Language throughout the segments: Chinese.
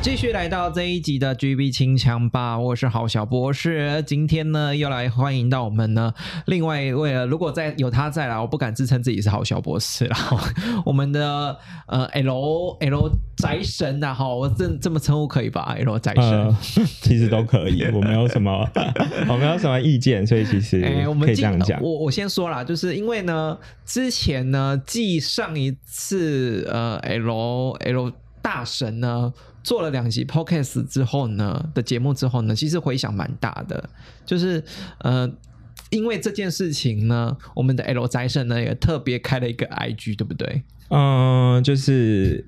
继续来到这一集的 GB 清枪吧，我是郝小博士。今天呢，又来欢迎到我们呢另外一位了。如果再有他再来，我不敢自称自己是郝小博士了。 我们的呃 L L 宅神呐、啊，哈，我这这么称呼可以吧？L 宅神。呃， 其实都可以，我没有什么， 我没有什么意见，所以其实哎、我可们以这进样讲。我我先说啦，就是因为呢，之前呢，继上一次呃 L L 大神呢做了两集 Podcast 之后呢的节目之后呢，其实回响蛮大的，就是呃。因为这件事情呢，我们的 L 宅神呢也特别开了一个 IG，对不对？嗯、就是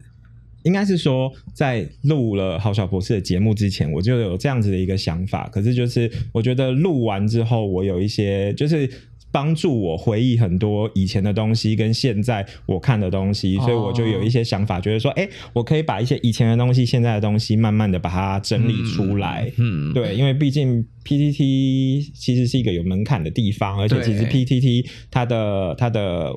应该是说，在录了郝小博士的节目之前，我就有这样子的一个想法。可是就是我觉得录完之后，我有一些就是。帮助我回忆很多以前的东西跟现在我看的东西，哦所以我就有一些想法，觉得说，哎、我可以把一些以前的东西、现在的东西，慢慢的把它整理出来。嗯，对，因为毕竟 PTT 其实是一个有门槛的地方，而且对其实 PTT 它的它的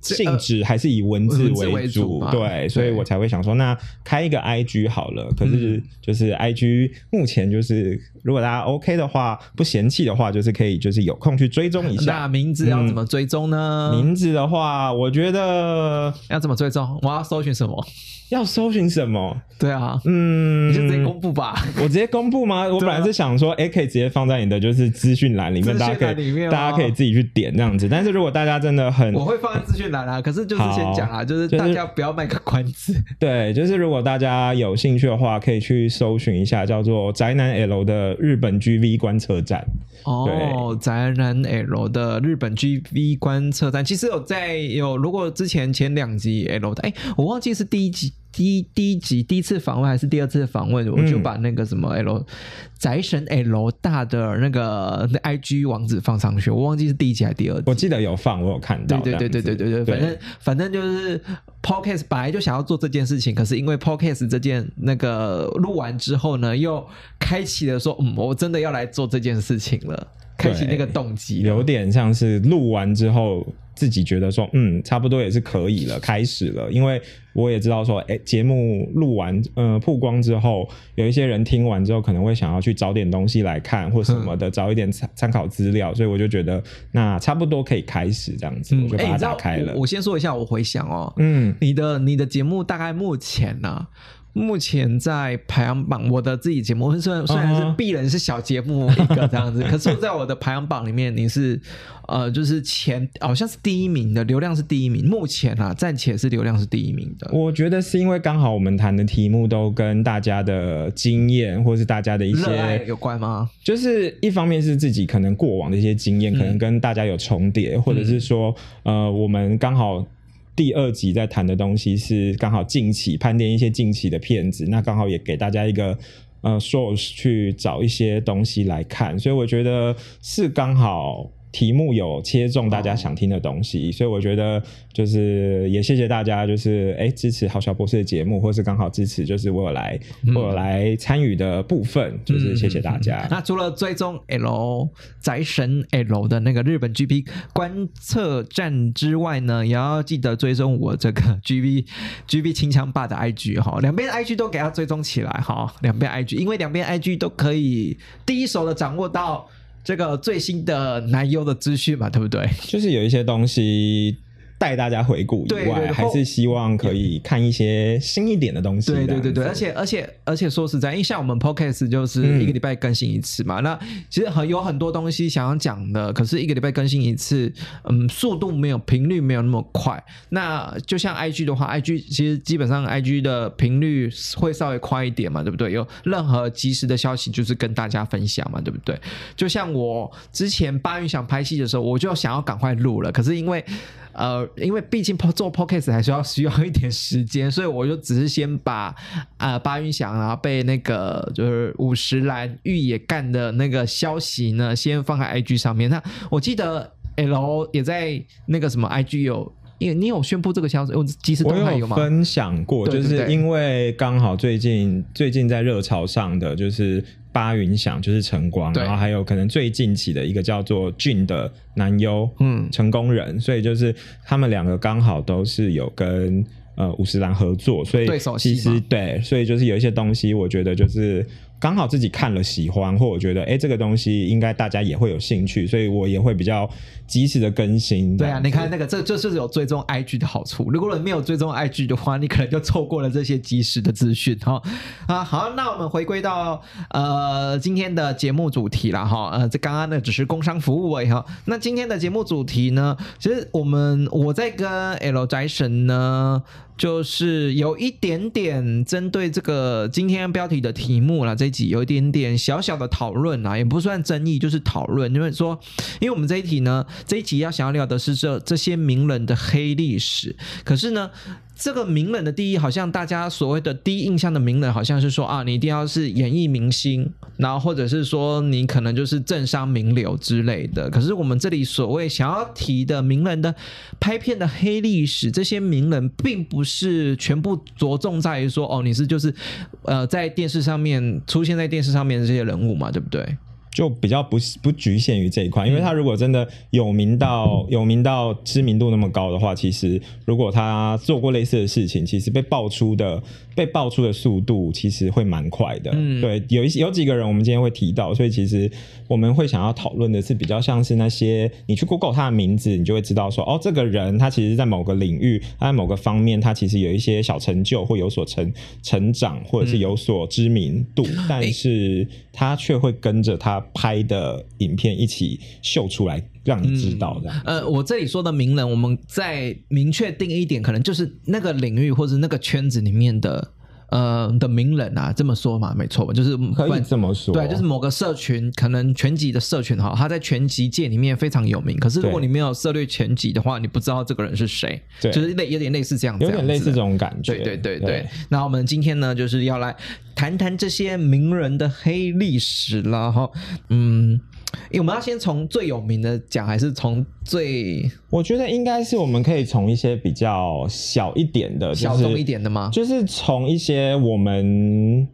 这性质还是以文呃字文字为主主嘛，对嗯对，所以我才会想说，那开一个 IG 好了。可是就是 IG 目前就是，如果大家 OK 的话，不嫌弃的话，就是可以就是有空去追踪一那下。名字要嗯怎么追踪呢？名字的话，我觉得要怎么追踪？我要搜寻什么？ 要搜寻什么？对啊，嗯，你就直接公布吧。我直接公布吗？我本来是想说，哎、可以直接放在你的就是资讯栏里面，啊资大讯家栏可里面以吗大家可以自己去点这样子。但是如果大家真的很我会放在资讯栏啊啦，可是就是先讲啦，好就是就是大家不要卖个关 子。对，就是如果大家有兴趣的话，可以去搜寻一下叫做“宅男 L” 的日本 GV 观测站。哦，宅男 L 的日本 GV 观测站，其实有在有，如果之前前两集 L 的，哎，我忘记是第一集。第一第一集第一次访问还是第二次访问，我就把那个什么 L 宅神 L 大的那个那 IG 网址放上去，我忘记是第一集还是第二集。我记得有放，我有看到。对对对对这样对对子对，反正反正就是 podcast 本来就想要做这件事情，可是因为 podcast 这件那个录完之后呢，又开启了说，嗯，我真的要来做这件事情了，开启那个动机了。有点像是录完之后自己觉得说，嗯，差不多也是可以了，开始了。因为我也知道说，哎、节目录完，呃，曝光之后，有一些人听完之后可能会想要去找点东西来看或什么嗯的，找一点参参考资料，所以我就觉得那差不多可以开始这样子，嗯我，就把哎，你它知打道开了我，。我先说一下我回想哦，嗯，你的你的节目大概目前呢、目前在排行榜，我的自己节目虽然虽然是嗯哼鄙人是小节目一个这样 子，可是我在我的排行榜里面，你是呃就是前好像是第一名的，流量是第一名，目前啊暂且是流量是第一名的。我觉得是因为刚好我们谈的题目都跟大家的经验或是大家的一热爱些有关吗？就是一方面是自己可能过往的一些经验，可能跟大家有重叠，或者是说，呃，我们刚好第二集在谈的东西是刚好近期盘点一些近期的片子，那刚好也给大家一个。呃，source 去找一些东西来看，所以我觉得是刚好题目有切中大家想听的东西，所以我觉得就是也谢谢大家，就是哎、支持好小博士的节目，或是刚好支持就是我有来、我有来参与的部分，就是谢谢大家。那除了追踪 L 宅神 L 的那个日本 GP 观测站之外呢，也要记得追踪我这个 GB GB 清枪霸的 IG 哈，两边 IG 都给它追踪起来哈，两边 IG，因为两边 IG 都可以第一手的掌握到这个最新的男优的资讯嘛，对不对？就是有一些东西带大家回顾以对外，对对还是希望可以看一些新一点的东西。对这对样子对嗯对，而且而且而且说实在，因为像我们 podcast 就是一个礼拜更新一次嘛，那其实很有很多东西想要讲的，可是一个礼拜更新一次，嗯，速度没有频率没有那么快。那就像 IG 的话，IG 其实基本上 IG 的频率会稍微快一点嘛，对不对？有任何及时的消息就是跟大家分享嘛，对不对？就像我之前八月想拍戏的时候，我就想要赶快录了，可是因为呃我因为毕竟 po- 做 podcast 还是要需要一点时间，所以我就只是先把啊、呃、巴云翔啊被那个就是五十岚玉野干的那个消息呢，先放在 IG 上面。那我记得 L 也在那个什么 IG 有，你你有宣布这个消息，我即时我动态有吗？分享过，对就对是对因为刚好最近最近在热潮上的就是巴云响，就是晨光，对然后还有可能最近起的一个叫做俊的男优，嗯成功人，所以就是他们两个刚好都是有跟呃五十岚合作，所以对手戏其实嘛对，所以就是有一些东西，我觉得就是刚好自己看了喜欢，或我觉得哎、诶这个东西应该大家也会有兴趣，所以我也会比较及时的更新。对啊，你看这那样子。个，这这就是有追踪 IG 的好处。如果你没有追踪 IG 的话，你可能就错过了这些及时的资讯哈。啊，好，那我们回归到呃今天的节目主题啦哈。呃，这刚刚呢只是工商服务而已哈。那今天的节目主题呢，其实我们我在跟 L 宅神呢。就是有一点点针对这个今天标题的题目啦，这一集有一点点小小的讨论啦，也不算争议，就是讨论。因为说，因为我们这一题呢，这一集要想要聊的是这这些名人的黑历史，可是呢。这个名人的第一，好像大家所谓的第一印象的名人，好像是说啊，你一定要是演艺明星，然后或者是说你可能就是政商名流之类的。可是我们这里所谓想要提的名人的拍片的黑历史，这些名人并不是全部着重在于说哦，你是就是呃在电视上面出现在电视上面的这些人物嘛，对不对？就比较不不局限于这一块，因为他如果真的有名到有名到知名度那么高的话，其实如果他做过类似的事情，其实被爆出的被爆出的速度其实会蛮快的。嗯对，有一些有几个人我们今天会提到，所以其实我们会想要讨论的是比较像是那些你去 Google 他的名字，你就会知道说哦，这个人他其实在某个领域，他在某个方面，他其实有一些小成就或有所成成长，或者是有所知名度，但诶是。是他却会跟着他拍的影片一起秀出来，让你知道的。呃，我这里说的名人，我们再明确定义一点，可能就是那个领域或者那个圈子里面的呃的名人啊，这么说嘛，没错吧？就是不可以然这么说，对，就是某个社群，可能拳击的社群哈，他在拳击界里面非常有名。可是如果对你没有涉猎拳击的话，你不知道这个人是谁，对就是类有点类似这样，有点类似样子的。这种感觉。对对对对对，那我们今天呢，就是要来谈谈这些名人的黑历史了哈。嗯，因为我们要先从最有名的讲，还是从最我觉得应该是我们可以从一些比较小一点的，就是小众一点的吗？就是从一些我们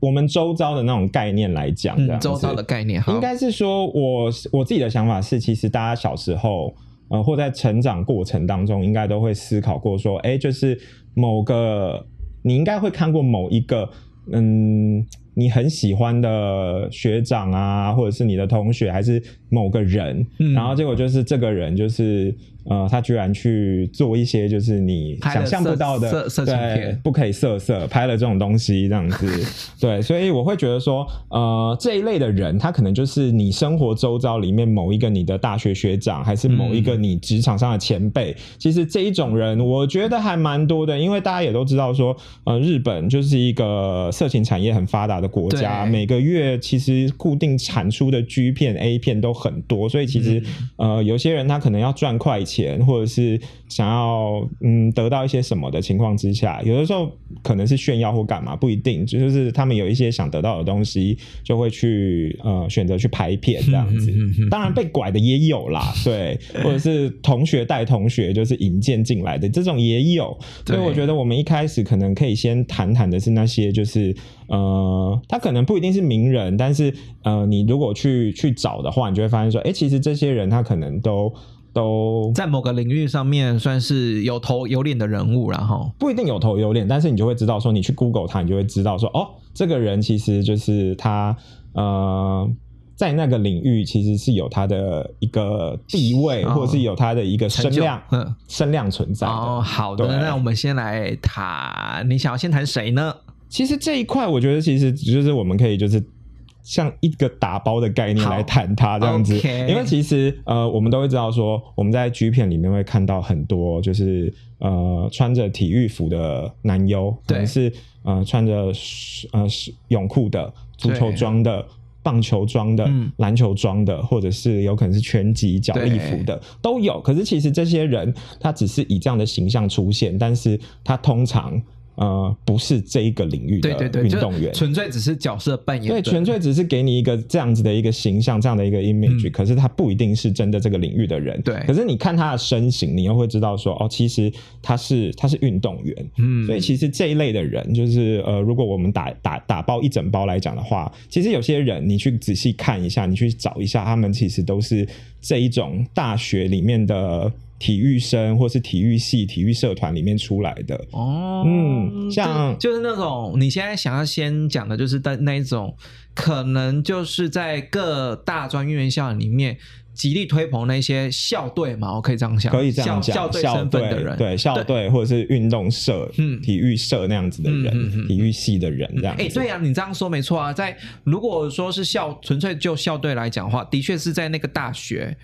我们周遭的那种概念来讲，这嗯，样子周遭的概念哈应。该是说我我自己的想法是，其实大家小时候，呃，或在成长过程当中，应该都会思考过说，哎、就是某个你应该会看过某一个，嗯，你很喜欢的学长啊，或者是你的同学，还是某个人，嗯然后结果就是这个人就是。呃，他居然去做一些就是你拍了想象不色到的，色色情对片，不可以色色，拍了这种东西这样子，对，所以我会觉得说，呃，这一类的人，他可能就是你生活周遭里面某一个你的大学学长，还是某一个你职场上的前辈。其实这一种人，我觉得还蛮多的，因为大家也都知道说，呃，日本就是一个色情产业很发达的国家，对每个月其实固定产出的 G 片、A 片都很多，所以其实、呃，有些人他可能要赚快钱，或者是想要嗯得到一些什么的情况之下，有的时候可能是炫耀或干嘛，不一定，就是他们有一些想得到的东西，就会去呃选择去拍片这样嗯子。当然被拐的也有啦，对，或者是同学带同学，就是引荐进来的这种也有。所以对我觉得我们一开始可能可以先谈谈的是那些就是呃，他可能不一定是名人，但是呃，你如果去去找的话，你就会发现说，哎、其实这些人他可能都都在某个领域上面算是有头有脸的人物啦，然后不一定有头有脸，但是你就会知道说，你去 Google 他，你就会知道说，哦，这个人其实就是他，呃，在那个领域其实是有他的一个地位，哦或者是有他的一个声量，嗯，声量存在的。哦，好对的，那我们先来谈，你想要先谈谁呢？其实这一块，我觉得其实就是我们可以就是。像一个打包的概念好来谈它这样子 OK 因为其实呃，我们都会知道说，我们在 G 片里面会看到很多就是呃穿着体育服的男优，对可能是呃穿着呃泳裤的足球装的。棒球装的、嗯篮球装的，或者是有可能是拳击、脚力服的都有。可是其实这些人他只是以这样的形象出现，但是他通常呃不是这一个领域的对对对，运就动员。纯粹只是角色扮演对，的，纯粹只是给你一个这样子的一个形象，这样的一个 image，、嗯可是他不一定是真的这个领域的人。对可是你看他的身形，你又会知道说，哦，其实他是他是运动员。嗯，所以其实这一类的人，就是呃，如果我们打打打包一整包来讲的话，其实有些人你去仔细看一下，你去找一下，他们其实都是这一种大学里面的体育生，或是体育系、体育社团里面出来的。哦，嗯就像就是那种你现在想要先讲的，就是那那一种可能就是在各大专院校里面极力推捧那些校队嘛，我可以这样想，可以这样讲，校校队身份的人，对校队或者是运动社、嗯体育社那样子的人，嗯嗯嗯体育系的人这样子。哎、对呀、你这样说没错啊。在如果说是校纯粹就校队来讲的话，的确是在那个大学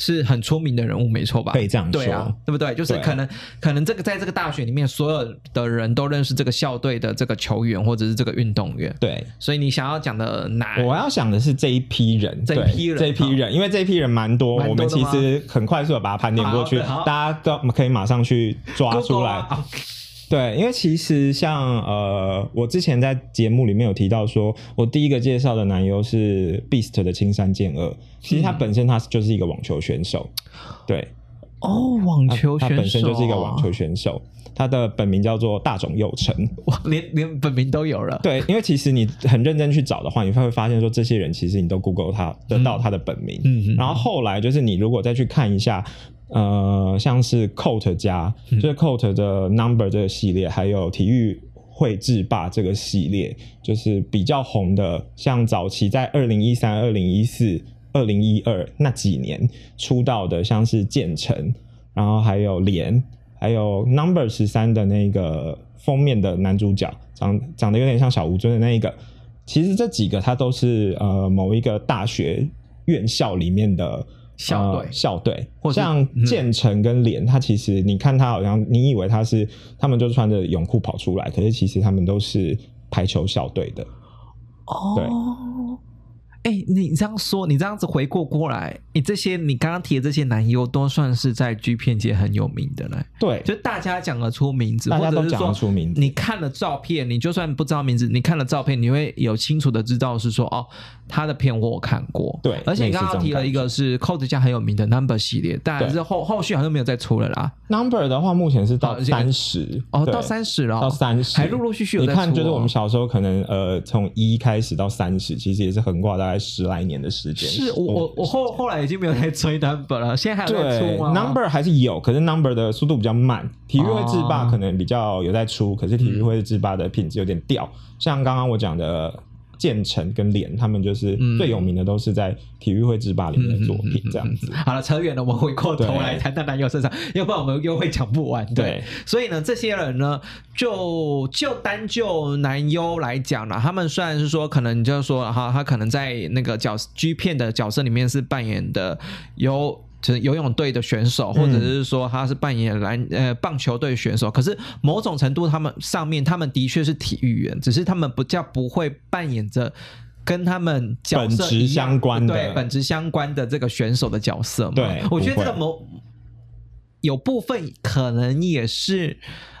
是很出名的人物，没错吧？可以这样说对啊，对不对？就是对啊可能、可能这个在这个大学里面，所有的人都认识这个校队的这个球员或者是这个运动员。对所以你想要讲的哪？我要想的是这一批人，哎这一对批人这一批好人，因为这一批人蛮多，蛮多我们的其吗实很快速的把它盘点过去，好好大家都可以马上去抓 Google 出来。啊对，因为其实像呃，我之前在节目里面有提到说，我第一个介绍的男优是 Beast 的青山健二，其实他嗯本身他就是一个网球选手，对，哦，网他球选他手，啊本身就是一个网球，选手，他的本名叫做大冢 佑成。哇，连连本名都有了。对，因为其实你很认真去找的话，你会发现说这些人其实你都 Google 他得到他的本名。嗯嗯嗯然后后来就是你如果再去看一下，呃，像是 Coat 家，嗯就是 Coat 的 Number 这个系列，还有体育。绘制霸这个系列就是比较红的，像早期在二零一三、二零一四、二零一二那几年出道的，像是建成，然后还有莲，还有 Number 十三的那个封面的男主角，长长得有点像小吴尊的那一个。其实这几个他都是呃某一个大学院校里面的校队呃校队或，是像嗯建成跟莲，他其实你看他好像你以为他是他们就穿着泳裤跑出来，可是其实他们都是排球校队的。哦，哎、你这样说，你这样子回过过来，你这些你刚刚提的这些男优都算是在 G 片界很有名的嘞，对，就大家讲得出名字，大家或都者是讲得说出名字你看了照片，你就算不知道名字，你看了照片，你会有清楚的知道是说哦，他的片我有看过。对而且你刚类刚似这种提了一个是 Code 家很有名的 Number 系列，但对是后后续好像没有再出了啦。 Number 的话，目前是好到这个三十哦，到三十了哦，到三十，还陆陆续续有你在出哦、看，就是我们小时候可能呃，从一开始到三十，其实也是横跨大概十来年的时间。是我我我后后来已经没有在追 number 了， 现在还有在对出吗 number 还是有，可是 number 的速度比较慢。体育会制霸哦可能比较有在出，可是体育会制霸的品质有点掉。像刚刚我讲的建成跟脸，他们就是嗯最有名的都是在体育会制霸里面的作品这样子。好了，扯远了，我们回过头对来谈谈男友身上，要不然我们又会讲不完。对对，所以呢，这些人呢，就就单就男优来讲呢，他们虽然是说，可能你就说哈，他可能在那个角 G 片的角色里面是扮演的有。就是游泳队的选手，或者是说他是扮演篮呃棒球队选手，可是某种程度他们上面他们的确是体育员，只是他们不叫不会扮演着跟他们角色本质一样相关的对本职相关的这个选手的角色嘛。对我觉得这不会个某有部分可能也是，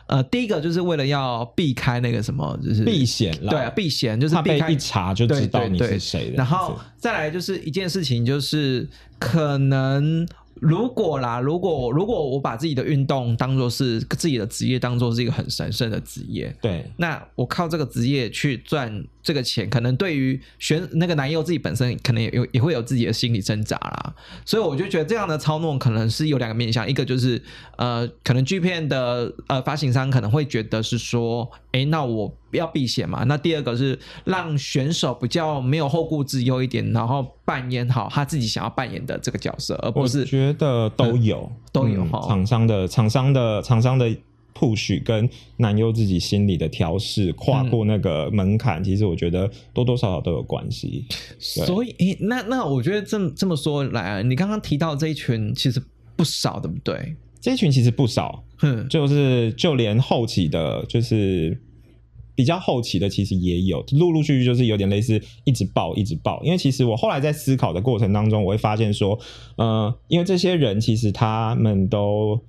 呃，第一个就是为了要避开那个什么，就是避嫌啦，对啊，避嫌就是怕避被开一查就对知道对你对是谁的。然后再来就是一件事情，就是可能如果啦，如果如果我把自己的运动当做是自己的职业，当做是一个很神圣的职业，对，那我靠这个职业去赚这个钱，可能对于选那个男优自己本身，可能也有也会有自己的心理挣扎啦。所以我就觉得这样的操弄可能是有两个面向，一个就是呃，可能剧片的呃发行商可能会觉得是说，诶，那我要避险嘛。那第二个是让选手比较没有后顾之忧一点，然后扮演好他自己想要扮演的这个角色，而不我是嗯觉得都有、嗯都有哈厂商的厂商的厂商的 push 跟男优自己心里的调试，跨嗯过那个门槛，其实我觉得多多少少都有关系。对所以，诶，那那我觉得这么这么说来啊，你刚刚提到这一群其实不少，对不对？嗯这一群其实不少，哼，就是就连后期的，就是比较后期的其实也有，陆陆续续就是有点类似一直爆一直爆。因为其实我后来在思考的过程当中，我会发现说，呃，因为这些人其实他们都。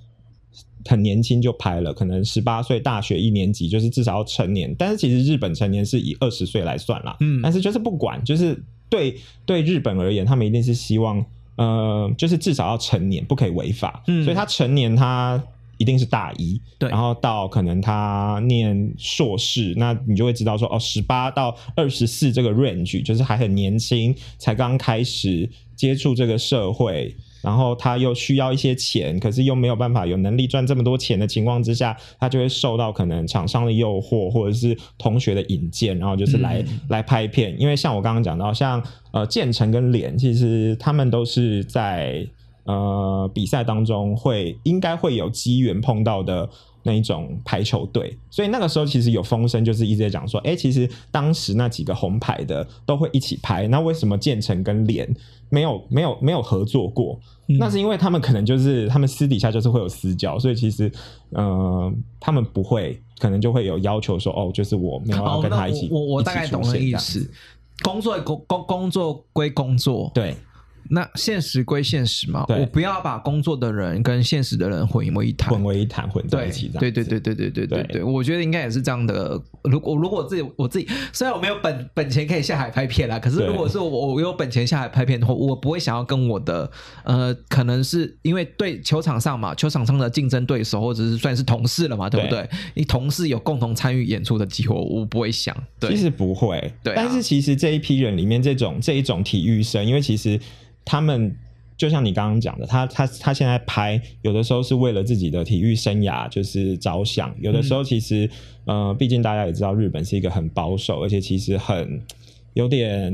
很年轻就拍了，可能十八岁大学一年级，就是至少要成年。但是其实日本成年是以二十岁来算啦，嗯但是就是不管，就是对对日本而言，他们一定是希望，呃，就是至少要成年，不可以违法。嗯所以他成年他。一定是大一，对然后到可能他念硕士，那你就会知道说，哦，十八到二十四这个 range 就是还很年轻，才刚开始接触这个社会，然后他又需要一些钱，可是又没有办法有能力赚这么多钱的情况之下，他就会受到可能厂商的诱惑，或者是同学的引荐，然后就是来、来拍片。因为像我刚刚讲到，像呃建成跟脸，其实他们都是在呃比赛当中会应该会有机缘碰到的。那一种排球队，所以那个时候其实有风声，就是一直在讲说，哎、其实当时那几个红牌的都会一起拍，那为什么建成跟脸没有没有没有合作过？嗯那是因为他们可能就是他们私底下就是会有私交，所以其实呃，他们不会，可能就会有要求说，哦，就是我没有要哦，跟那他一起，我我我大概一起出懂了现意这样思子。。工作工工工作归工作，对，那现实归现实嘛。对我不要把工作的人跟现实的人混为一谈。混为一谈，混在对一起这样子。对对对对对对对对对，我觉得应该也是这样的。如果如果我自己我自己，虽然我没有本本钱可以下海拍片啦，可是对如果是我我有本钱下海拍片的话，我不会想要跟我的呃，可能是因为对球场上嘛，球场上的竞争对手或者是算是同事了嘛，对不对？对你同事有共同参与演出的机会，我不会想。对，其实不会，对啊但是其实这一批人里面，这种这一种体育生，因为其实他们就像你刚刚讲的，他他他现在拍，有的时候是为了自己的体育生涯就是着想，有的时候其实、嗯呃，毕竟大家也知道日本是一个很保守，而且其实很有点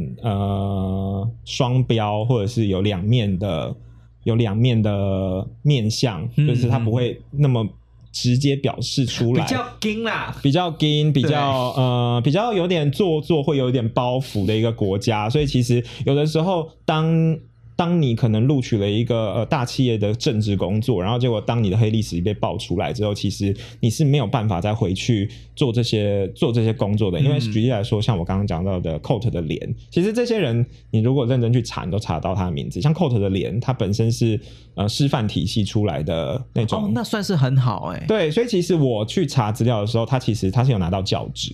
呃双标，或者是有两面的有两面的面相，嗯就是他嗯不会那么直接表示出比来，较硬啦。比较硬，比对较呃，比较有点做作，会有点包袱的一个国家，所以其实有的时候当。当你可能录取了一个呃大企业的政治工作，然后结果当你的黑历史被爆出来之后，其实你是没有办法再回去做这些做这些工作的，因为嗯举例来说，像我刚刚讲到的 Coat 的脸，其实这些人你如果认真去查，你都查到他的名字。像 Coat 的脸，他本身是呃师范体系出来的那种哦，那算是很好哎、对，所以其实我去查资料的时候，他其实他是有拿到教职，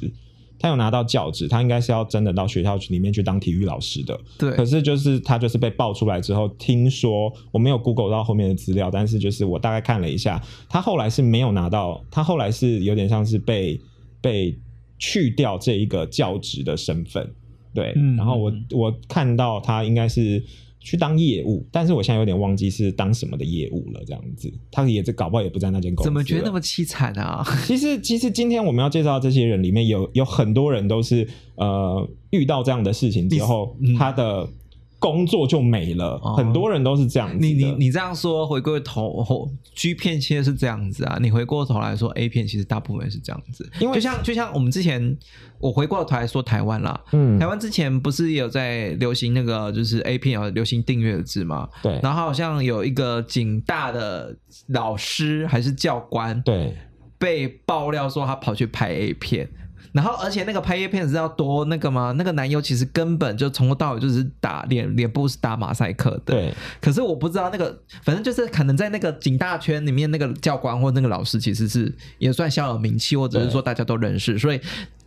他有拿到教职，他应该是要真的到学校里面去当体育老师的。对可是就是他就是被爆出来之后，听说我没有 Google 到后面的资料，但是就是我大概看了一下，他后来是没有拿到，他后来是有点像是被被去掉这一个教职的身份。对，嗯然后我嗯我看到他应该是去当业务，但是我现在有点忘记是当什么的业务了，这样子，他也是搞不好也不在那间公司怎了。么觉得那么凄惨啊？其实，其实今天我们要介绍的这些人里面有有很多人都是呃遇到这样的事情之后，你嗯他的工作就没了。哦很多人都是这样子的。你你你这样说，回过头后，G 片其实是这样子啊。你回过头来说，A 片其实大部分是这样子，因为就像就像我们之前，我回过头来说台湾啦，嗯台湾之前不是也有在流行那个就是 A 片有流行订阅制嘛，对然后好像有一个警大的老师还是教官对被爆料说他跑去拍 A 片。然后，而且那个拍 A 片是要多那个吗？那个男优其实根本就从头到尾就只是打脸脸部是打马赛克的，对可是我不知道那个，反正就是可能在那个警大圈里面，那个教官或那个老师其实是也算小有名气，或者是说大家都认识，所以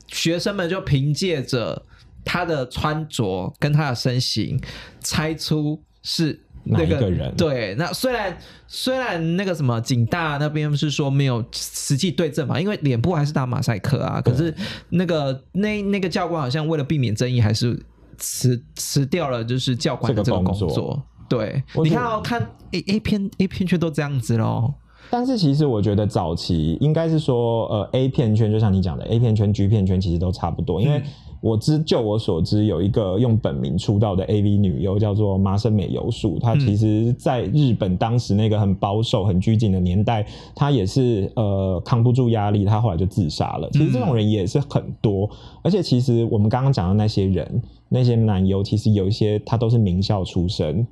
学生们就凭借着他的穿着跟他的身形，猜出是。哪那一个人对，那虽然虽然那个什么警大那边是说没有实际对证嘛，因为脸部还是打马赛克啊，可是那个那那个教官好像为了避免争议，还是辞辞掉了就是教官的这这个个工工作。作对，我你觉看得哦，看 A A 片 A 片却都这样子喽。但是其实我觉得早期应该是说，呃，A 片圈就像你讲的，A 片圈、G 片圈其实都差不多，因为我知就我所知，有一个用本名出道的 AV 女优叫做麻生美由树，她其实在日本当时那个很保守、很拘谨的年代，她也是呃扛不住压力，她后来就自杀了。其实这种人也是很多，而且其实我们刚刚讲的那些人，那些男优，其实有一些他都是名校出身。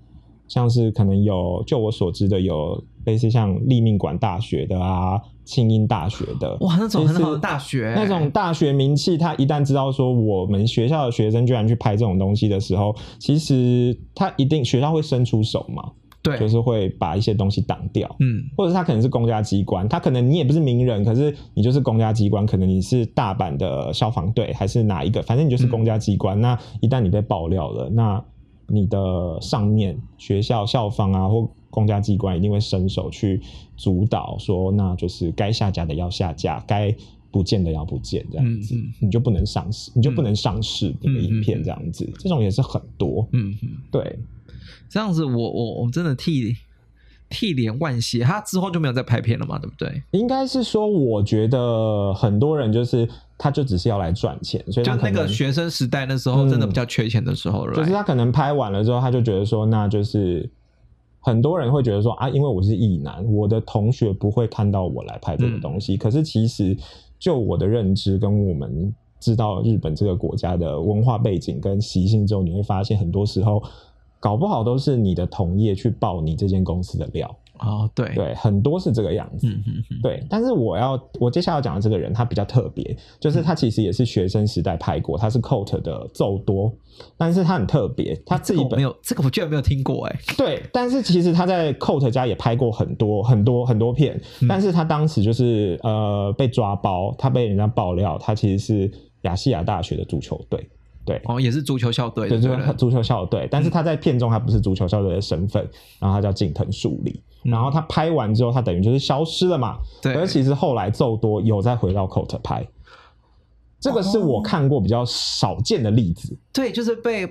像是可能有，就我所知的有类似像立命馆大学的啊、庆应大学的，哇，那种就是很好的大学，那种大学名气，他一旦知道说我们学校的学生居然去拍这种东西的时候，其实他一定学校会伸出手嘛，对，就是会把一些东西挡掉。嗯，或者他可能是公家机关，他可能你也不是名人，可是你就是公家机关，可能你是大阪的消防队还是哪一个，反正你就是公家机关。那一旦你被爆料了，那你的上面学校校方啊或公家机关一定会伸手去主导说，那就是该下架的要下架，该不见的要不见，这样子、嗯嗯你就不能上市，你就不能上市你的影嗯嗯嗯片这样子，这种也是很多，嗯嗯，对。这样子我我我真的替替连万谢，他之后就没有再拍片了嘛，对不对？应该是说，我觉得很多人就是，他就只是要来赚钱，所以就他可那能个学生时代那时候真的比较缺钱的时候了，哎就是他可能拍完了之后，他就觉得说，那就是很多人会觉得说啊，因为我是异男，我的同学不会看到我来拍这个嗯东西。可是其实就我的认知跟我们知道日本这个国家的文化背景跟习性之后，你会发现很多时候。搞不好都是你的同业去爆你这间公司的料，哦，对，对，很多是这个样子。嗯嗯嗯，对，但是我要我接下来要讲的这个人，他比较特别，就是嗯他其实也是学生时代拍过，他是 Coat 的奏多，但是他很特别，他自这己个我本、没有，这个我居然没有听过哎、对，但是其实他在 Coat 家也拍过很多很多很多片，嗯但是他当时就是呃被抓包，他被人家爆料，他其实是亚细亚大学的足球队，对，哦，也是足球校队的，嗯对对，就不是对，足球校队，但是他在片中他不是足球校队的身份，然后他叫近藤树里，嗯然后他拍完之后，他等于就是消失了嘛。对而其实后来奏多有再回到 Coat 拍，这个哦是我看过比较少见的例子。对，就是被。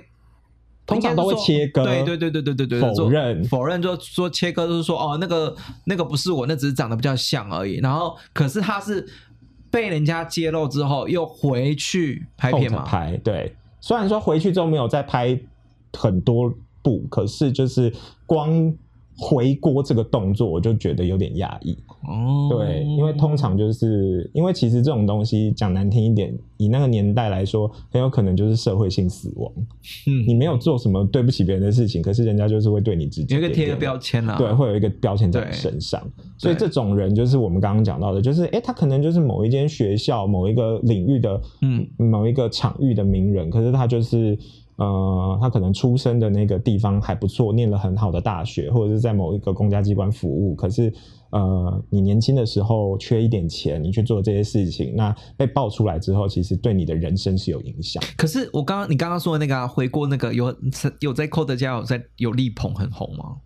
通常都会切割对对对对对对对，否说认否认就说切割就是说哦，那个那个不是我，那只是长得比较像而已。然后可是他是被人家揭露之后又回去拍片 Coat 嘛，拍对，虽然说回去之后没有再拍很多部，可是就是光回锅这个动作，我就觉得有点压抑。哦，对，因为通常就是因为其实这种东西讲难听一点，以那个年代来说，很有可能就是社会性死亡。嗯你没有做什么对不起别人的事情，可是人家就是会对你指指有一个贴点个点标签啊啦、对，会有一个标签在对你身上。所以对这种人就是我们刚刚讲到的，就是诶，他可能就是某一间学校、某一个领域的，嗯，某一个场域的名人，可是他就是。呃，他可能出生的那个地方还不错，念了很好的大学，或者是在某一个公家机关服务。可是，呃，你年轻的时候缺一点钱，你去做这些事情，那被爆出来之后，其实对你的人生是有影响。可是我刚刚你刚刚说的那个、啊、回锅那个有有在 Code 家有在有力捧很红吗？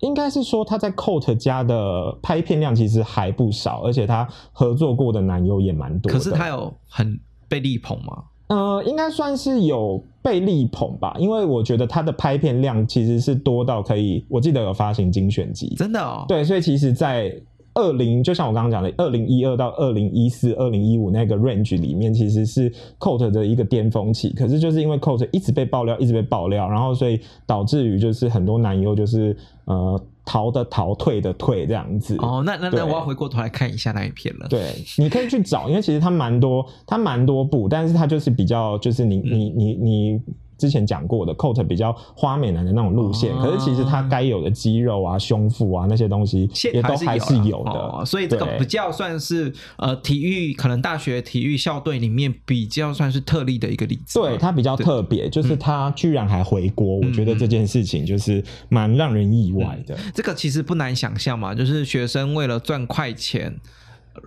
应该是说他在 Coat 家的拍片量其实还不少，而且他合作过的男优也蛮多的。可是他有很被力捧吗？呃，应该算是有被力捧吧，因为我觉得他的拍片量其实是多到可以，我记得有发行精选集。真的哦，，对，所以其实，在二零，就像我刚刚讲的，二零一二到二零一四、二零一五那个 range 里面，其实是 Coat 的一个巅峰期。可是就是因为 Coat 一直被爆料，一直被爆料，然后所以导致于就是很多男优就是呃逃的逃，退的退这样子。哦，那那那对我要回过头来看一下那一片 了。对，你可以去找，因为其实它蛮多，它蛮多部，但是它就是比较，就是你嗯你你你之前讲过的 Coat 比较花美男的那种路线，哦可是其实它该有的肌肉啊、胸腹啊那些东西现也都是还是啦有的，哦，所以这个对比较算是呃体育，可能大学体育校队里面比较算是特例的一个例子。对，它比较特别，就是嗯它居然还回国，我觉得这件事情就是蛮让人意外的。这个其实不难想象嘛，就是学生为了赚快钱，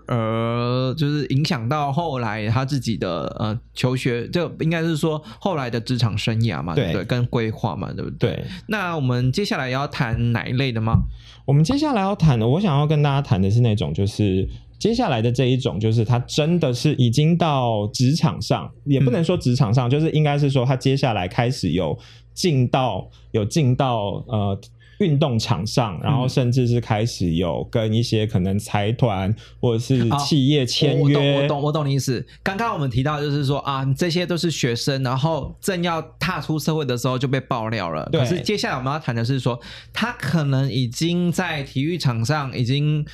而就是影响到后来他自己的呃求学，就应该是说后来的职场生涯嘛，对对不对？跟规划嘛，对不对？对那我们接下来要谈哪一类的吗？我们接下来要谈的，我想要跟大家谈的是那种就是。接下来的这一种，就是他真的是已经到职场上，也不能说职场上，就是应该是说他接下来开始有进到有进到呃运动场上，然后甚至是开始有跟一些可能财团或者是啊企业签我约、懂，我懂，我懂你意思。刚刚我们提到就是说啊，这些都是学生，然后正要踏出社会的时候就被爆料了。对可是接下来我们要谈的是说，他可能已经在体育场上已经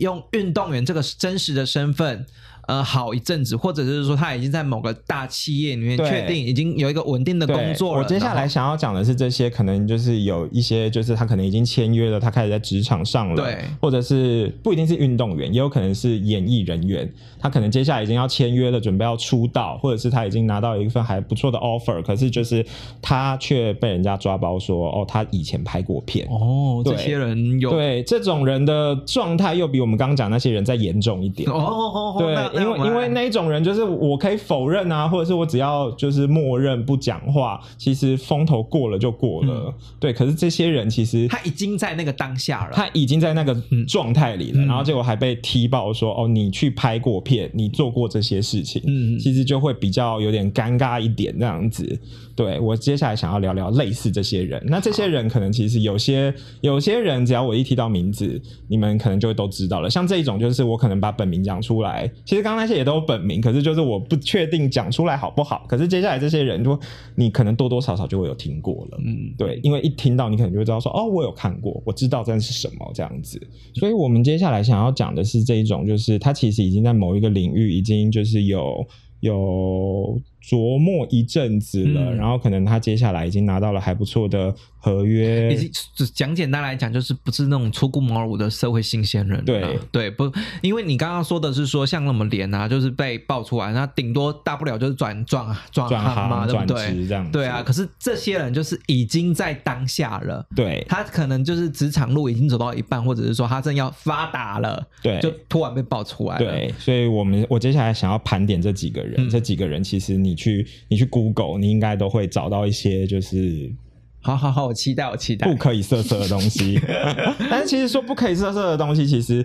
用运动员这个真实的身份。呃好一阵子，或者是说他已经在某个大企业里面对确定已经有一个稳定的对工作了。我接下来然后想要讲的是这些，可能就是有一些，就是他可能已经签约了，他开始在职场上了，对或者是不一定是运动员，也有可能是演艺人员，他可能接下来已经要签约了，准备要出道，或者是他已经拿到一份还不错的 offer，可是就是他却被人家抓包说，哦，他以前拍过片。哦，这对些人有哦对这种人的状态，又比我们刚刚讲那些人再严重一点。哦哦，那对，那因我为们因来为那一种人就是我可以否认啊，或者是我只要就是默认不讲话，其实风头过了就过了。对，可是这些人其实嗯他已经在那个当下了。他已经在那个状态里了，然后结果还被踢爆说哦，你去拍过片，你做过这些事情，嗯其实就会比较有点尴尬一点这样子。对我接下来想要聊聊类似这些人，那这些人可能其实有些有些人，只要我一提到名字，你们可能就会都知道了。像这一种就是我可能把本名讲出来，其实刚刚那些也都有本名，可是就是我不确定讲出来好不好。可是接下来这些人就你可能多多少少就会有听过了，嗯，对，因为一听到你可能就会知道说，哦，我有看过，我知道这是什么这样子。所以我们接下来想要讲的是这一种，就是他其实已经在某一个领域已经就是有有琢磨一阵子了，嗯然后可能他接下来已经拿到了还不错的合约已，经只讲简单来讲，就是不是那种初出茅庐的社会新鲜人啊、对对，不，因为你刚刚说的是说像那么连啊，就是被爆出来，那顶多大不了就是转转转转行啊嘛，行对不转对？职这样子。对啊，，可是这些人就是已经在当下了，对他可能就是职场路已经走到一半，或者是说他正要发达了，对就突然被爆出来了。对，所以我们我接下来想要盘点这几个人，嗯这几个人其实你去你去 Google，你应该都会找到一些就是好好好，我期待，我期待不。可以色色的东西。 但是其实说不可以色色的东西，其实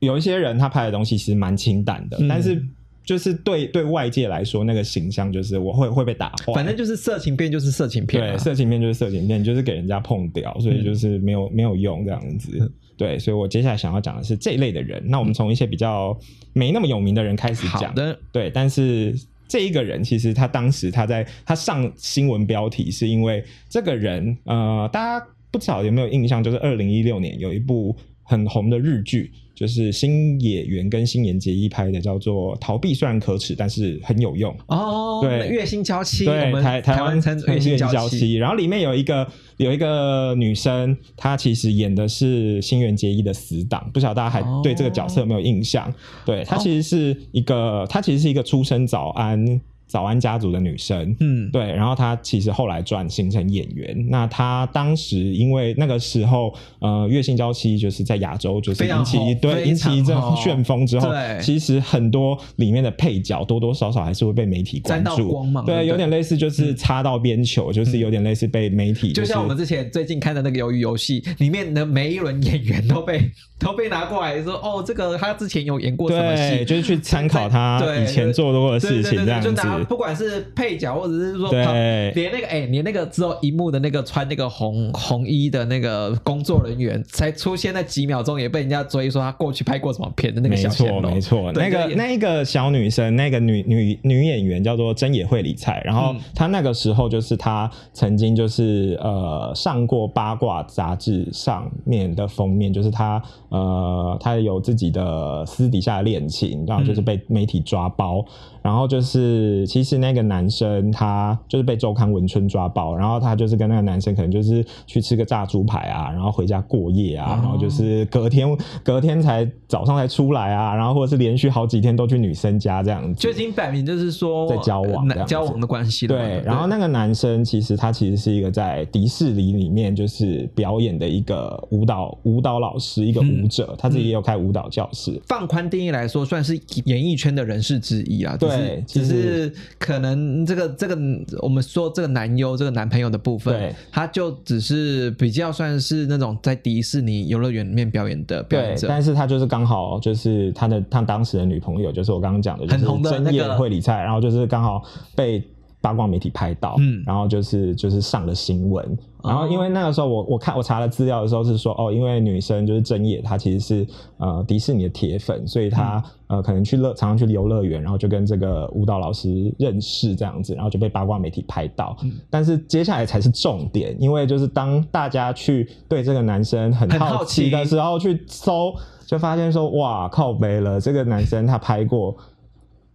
有一些人他拍的东西其实蛮清淡的，嗯但是就是对对外界来说，那个形象就是我会会被打坏。反正就是色情片，就是色情片、啊。对色情片嗯就是色情片，就是给人家碰掉，所以就是没有、没有用这样子。对，所以我接下来想要讲的是这一类的人。那我们从一些比较没那么有名嗯的人开始好讲。的，对，但是这一个人其实他当时他在他上新闻标题是因为这个人，呃，大家不知道有没有印象，就是二零一六年有一部很红的日剧，就是新野原跟新垣结衣拍的，叫做《逃避虽然可耻，但是很有用》。哦，对那月薪娇妻，我，对们台台湾湾称月月薪娇娇妻，妻，然后里面有一个有一个女生，她其实演的是新垣结衣的死党，不晓得大家还哦对这个角色有没有印象？对，她其实是一个，她其实是一个出身早安早安家族的女生。嗯，对，然后她其实后来转型成演员。那她当时因为那个时候，呃，月薪娇妻就是在亚洲就是非常引起红对非引起一阵常红旋风之后，对其实很多里面的配角多多少少还是会被媒体关沾到注。光芒对不对，对有点类似就是擦到边球，就是有点类似被媒体就是像我们之前最近看的那个《鱿鱼游戏》里面的每一轮演员都被都被拿过来说，哦，这个他之前有演过什么对，戏，就是去参考他对以前做过的事情对对对这样对就。子拿不管是配角或者是说对旁连那个哎，连那个之后一幕的那个穿那个红红衣的那个工作人员，才出现在几秒钟，也被人家追说他过去拍过什么片的那个没小鲜错，肉，没错，对那个就也那一个小女生，那个女女女演员叫做真野惠里菜，然后嗯她那个时候就是她曾经就是呃上过八卦杂志上面的封面，就是她呃她有自己的私底下恋情，然后就是被媒体抓包，然后就是其实那个男生他就是被周刊文春抓包，然后他就是跟那个男生可能就是去吃个炸猪排啊，然后回家过夜啊，哦然后就是隔天隔天才早上才出来啊，然后或者是连续好几天都去女生家这样子，就已经摆明就是说在交往呃这样子交往的关系了嘛。对，然后那个男生其实他其实是一个在迪士尼里面就是表演的一个舞蹈舞蹈老师，一个舞者，他自己也有开舞蹈教室。放宽定义来说，算是演艺圈的人士之一啦。只是对只其是实可能这个这个我们说这个男优这个男朋友的部分对，他就只是比较算是那种在迪士尼游乐园里面表演的表对演，者。但是他就是刚好就是他的他当时的女朋友，就是我刚刚讲的，很就是红的真那叶个惠理菜，然后就是刚好被八卦媒体拍到，嗯哦然后就是就是上了新闻。然后因为那个时候我我看我查了资料的时候是说哦，因为女生就是真野，她其实是呃迪士尼的铁粉，所以她、嗯呃可能去乐常常去游乐园，然后就跟这个舞蹈老师认识这样子，然后就被八卦媒体拍到。嗯但是接下来才是重点，因为就是当大家去对这个男生很很好好奇的奇时候去搜，就发现说哇靠背了，这个男生他拍过。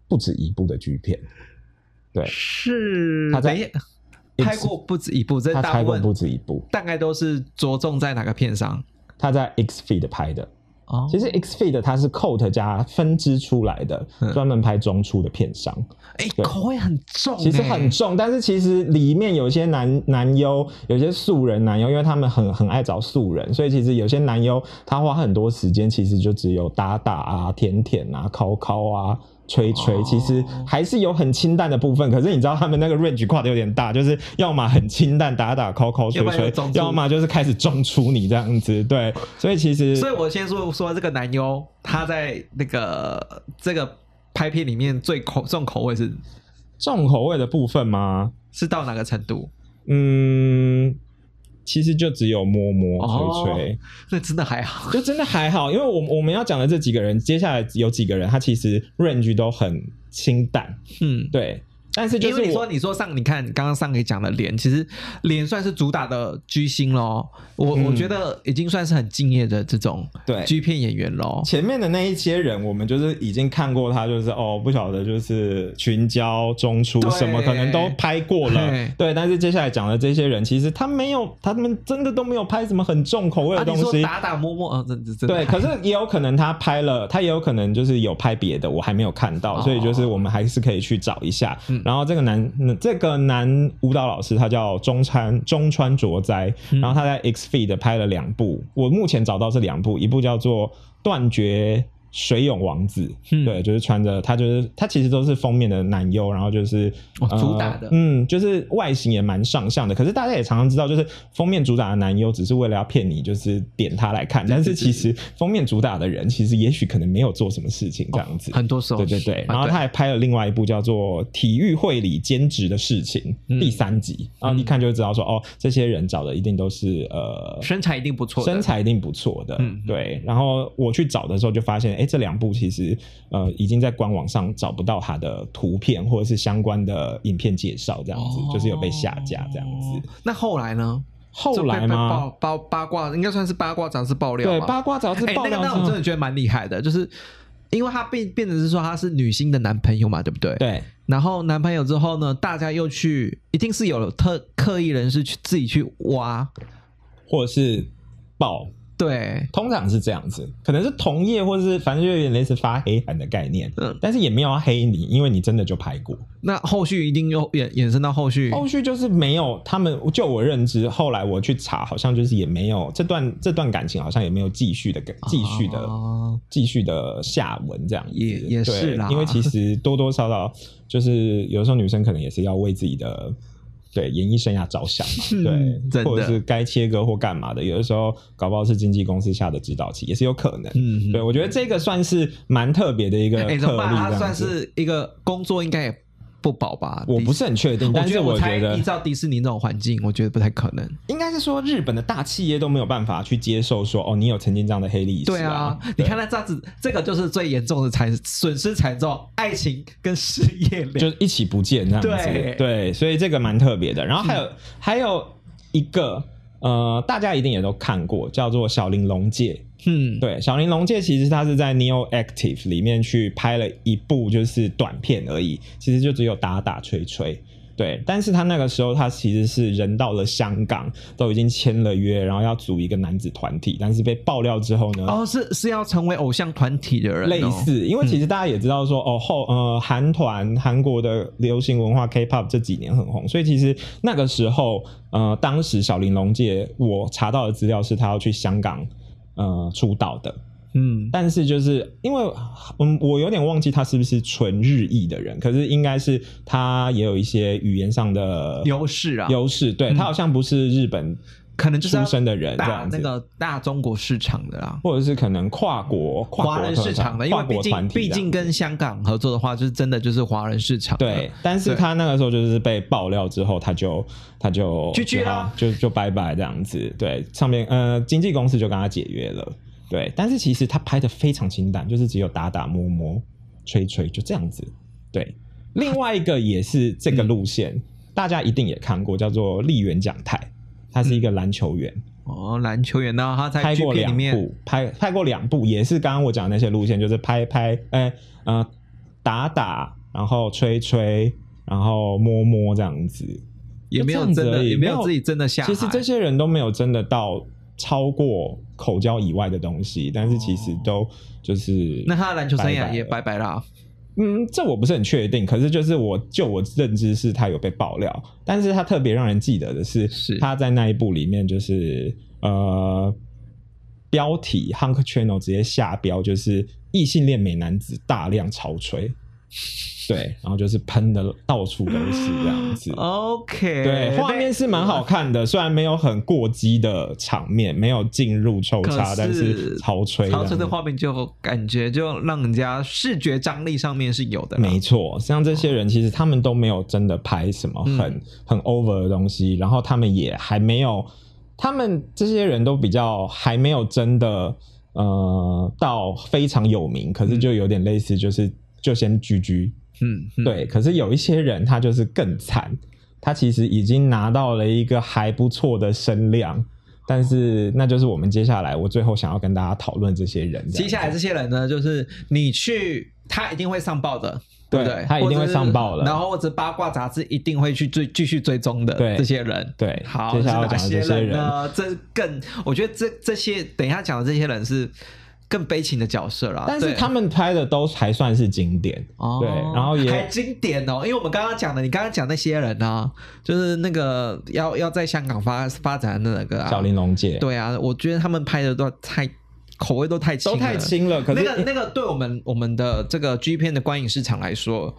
不止一部的剧片，对是他在等一下拍过不止一部，这他大拍部过不分止一部，大概都是着重在哪个片上？他在 Xfeed 拍的。哦，其实 Xfeed 它是 Cot 加分支出来的嗯，专门拍中出的片商。哎、口味很重、欸其实很重，但是其实里面有些男男优，有些素人男优，因为他们很很爱找素人，所以其实有些男优他花很多时间，其实就只有打打啊、舔舔啊、敲敲啊。吹吹哦，其实还是有很清淡的部分，可是你知道他们那个 range 跨的有点大，就是要么很清淡打打敲敲吹要不然就吹中，出要么就是开始中出你这样子， 对，所以其实所以我先说说这个男优，他在那个这个拍片里面最口重口味是重口味的部分嘛，是到哪个程度？嗯，其实就只有摸摸哦吹吹，那真的还好。就真的还好，因为我我们要讲的这几个人，接下来有几个人，他其实 range 都很清淡，嗯，对。但是就因是为你我说你说上，你看刚刚上给讲的脸，其实脸算是主打的巨星喽。我、我嗯觉得已经算是很敬业的这种对 G 片演员喽。前面的那一些人，我们就是已经看过他，就是哦，不晓得就是群交、中出对什么，可能都拍过了嘿，对。但是接下来讲的这些人，其实他没有，他们真的都没有拍什么很重口味啊，的你说东西，打打摸摸，啊，这这这对，可是也有可能他 拍了，他也有可能就是有拍别的，我还没有看到，哦所以就是我们还是可以去找一下。嗯然后这个男，嗯这个男舞蹈老师他叫中川中川卓哉，嗯然后他在 X Feed 拍了两部，我目前找到是两部，一部叫做《断绝水泳王子》，嗯对，就是穿着他就是他其实都是封面的男优，然后就是、哦主打的嗯，就是外形也蛮上相的。可是大家也常常知道，就是封面主打的男优只是为了要骗你，就是点他来看，但是其实封面主打的人其实也许可能没有做什么事情这样子。哦很多时候对对对是，然后他啊还拍了另外一部叫做《体育会里兼职的事情》嗯第三集，然后一看就知道说，哦，这些人找的一定都是呃对身材一定不错的，身材一定不错的，嗯对。然后我去找的时候就发现，哎，这两部其实呃已经在官网上找不到它的图片或者是相关的影片介绍，这样子、哦就是有被下架这样子。。那后来呢？后来就被吗？被爆八八卦应该算是八卦杂志爆料对，吧八卦杂志哎爆那料个之那我后真的觉得蛮厉害的，就是因为他变变成是说他是女星的男朋友嘛，对不对？。对然后男朋友之后呢，大家又去，一定是有特刻意人士去自己去挖，或者是爆。对，通常是这样子，可能是同业，或者是反正就有点类似发黑函的概念，嗯但是也没有要黑你，因为你真的就拍过。那后续一定又衍衍生到后续，后续就是没有他们，就我认知，后来我去查，好像就是也没有这段这段感情，好像也没有继续的继续的、哦继续的下文这样子，也也对是啦因为其实多多少少就是有时候女生可能也是要为自己的。对演艺生涯着想 嘛，嗯对，真的或者是该切割或干嘛的，有的时候搞不好是经纪公司下的指导期，也是有可能。嗯对，我觉得这个算是蛮特别的一个特哎、例，怎么办？这他样算子是一个工作，应该也不保吧？我不是很确定，但是我觉猜得依照迪士尼那种环境，我觉得不太可能。应该是说日本的大企业都没有办法去接受说哦，你有曾经这样的黑历史、对啊啊，，你看那这样子，这个就是最严重的惨损失惨重，爱情跟事业两。就是一起不见这样子，对所以这个蛮特别的。然后还有、还有一个呃，大家一定也都看过，叫做小玲珑界。嗯，对，小玲珑界其实它是在 Neo Active 里面去拍了一部就是短片而已，其实就只有打打吹吹。对，但是他那个时候他其实是人到了香港，都已经签了约，然后要组一个男子团体，但是被爆料之后呢，哦，是是要成为偶像团体的人、哦，类似，因为其实大家也知道说，哦后呃韩团韩国的流行文化 K-pop 这几年很红，所以其实那个时候呃当时小玲珑界我查到的资料是她要去香港呃出道的，嗯，但是就是因为嗯我有点忘记她是不是纯日裔的人，可是应该是她也有一些语言上的优势啊，优势，对她好像不是日本可能就是要出生的人这大样那子。个大中国市场的啦。或者是可能跨国跨国华人特市长场的，因跨为毕国竟团体这毕样竟跟香港合作的话，就是真的就是华人市场。对，，但是对他那个时候就是被爆料之后，他就他就 GG 啦就就拜拜这样子。对，上面呃经纪公司就跟他解约了。对，但是其实他拍的非常清淡，就是只有打打摸摸、吹吹就这样子。对，另外一个也是这个路线，嗯大家一定也看过，叫做丽媛蒋太，他是一个篮球员。哦，篮球员呢，他在拍剧过片里两面，部，拍哎拍过两部，也是刚刚我讲的那些路线，就是拍拍，呃呃，打打然后吹吹，然后摸摸这样子，也没有就这真样子的，而已也没有自己真的下海。其实这些人都没有真的到超过口交以外的东西，但是其实都就是哦那他的篮球生拜拜涯了也拜拜啦。嗯，这我不是很确定，可是就是我就我认知是他有被爆料，但是他特别让人记得的是，是。他在那一部里面就是呃标题 Hunk Channel 直接下标就是异性恋美男子大量潮吹，对，然后就是喷的到处都是这样子 OK，对，画面是蛮好看的，虽然没有很过激的场面，没有进入抽可插，但是潮潮吹吹这样子的画面就感觉就让人家视觉张力上面是有的啦。没错，像这些人其实他们都没有真的拍什么很、嗯很 over 的东西，然后他们也还没有，他们这些人都比较还没有真的呃到非常有名，可是就有点类似就是就先居居。嗯，嗯，对，可是有一些人他就是更惨，他其实已经拿到了一个还不错的声量。但是，那就是我们接下来我最后想要跟大家讨论这些人。这样接下来这些人呢，就是你去，他一定会上报的，对不对？他一定会或者是上报的然后或者八卦杂志一定会去追继续追踪的对这些人。对，好，接是下来要哪讲的些这些人人，呢？这更，我觉得这这些等一下讲的这些人是更悲情的角色啦。但是啊对他们拍的都还算是经典，哦，对然后也还经典哦，因为我们刚刚讲的，你刚刚讲那些人呢、就是那个要要在香港发发展的那个、啊、小玲珑姐对啊，我觉得他们拍的都太口味都太轻，都太。轻了，可那是、个那个，对我们我们的这个 G 片的观影市场来说，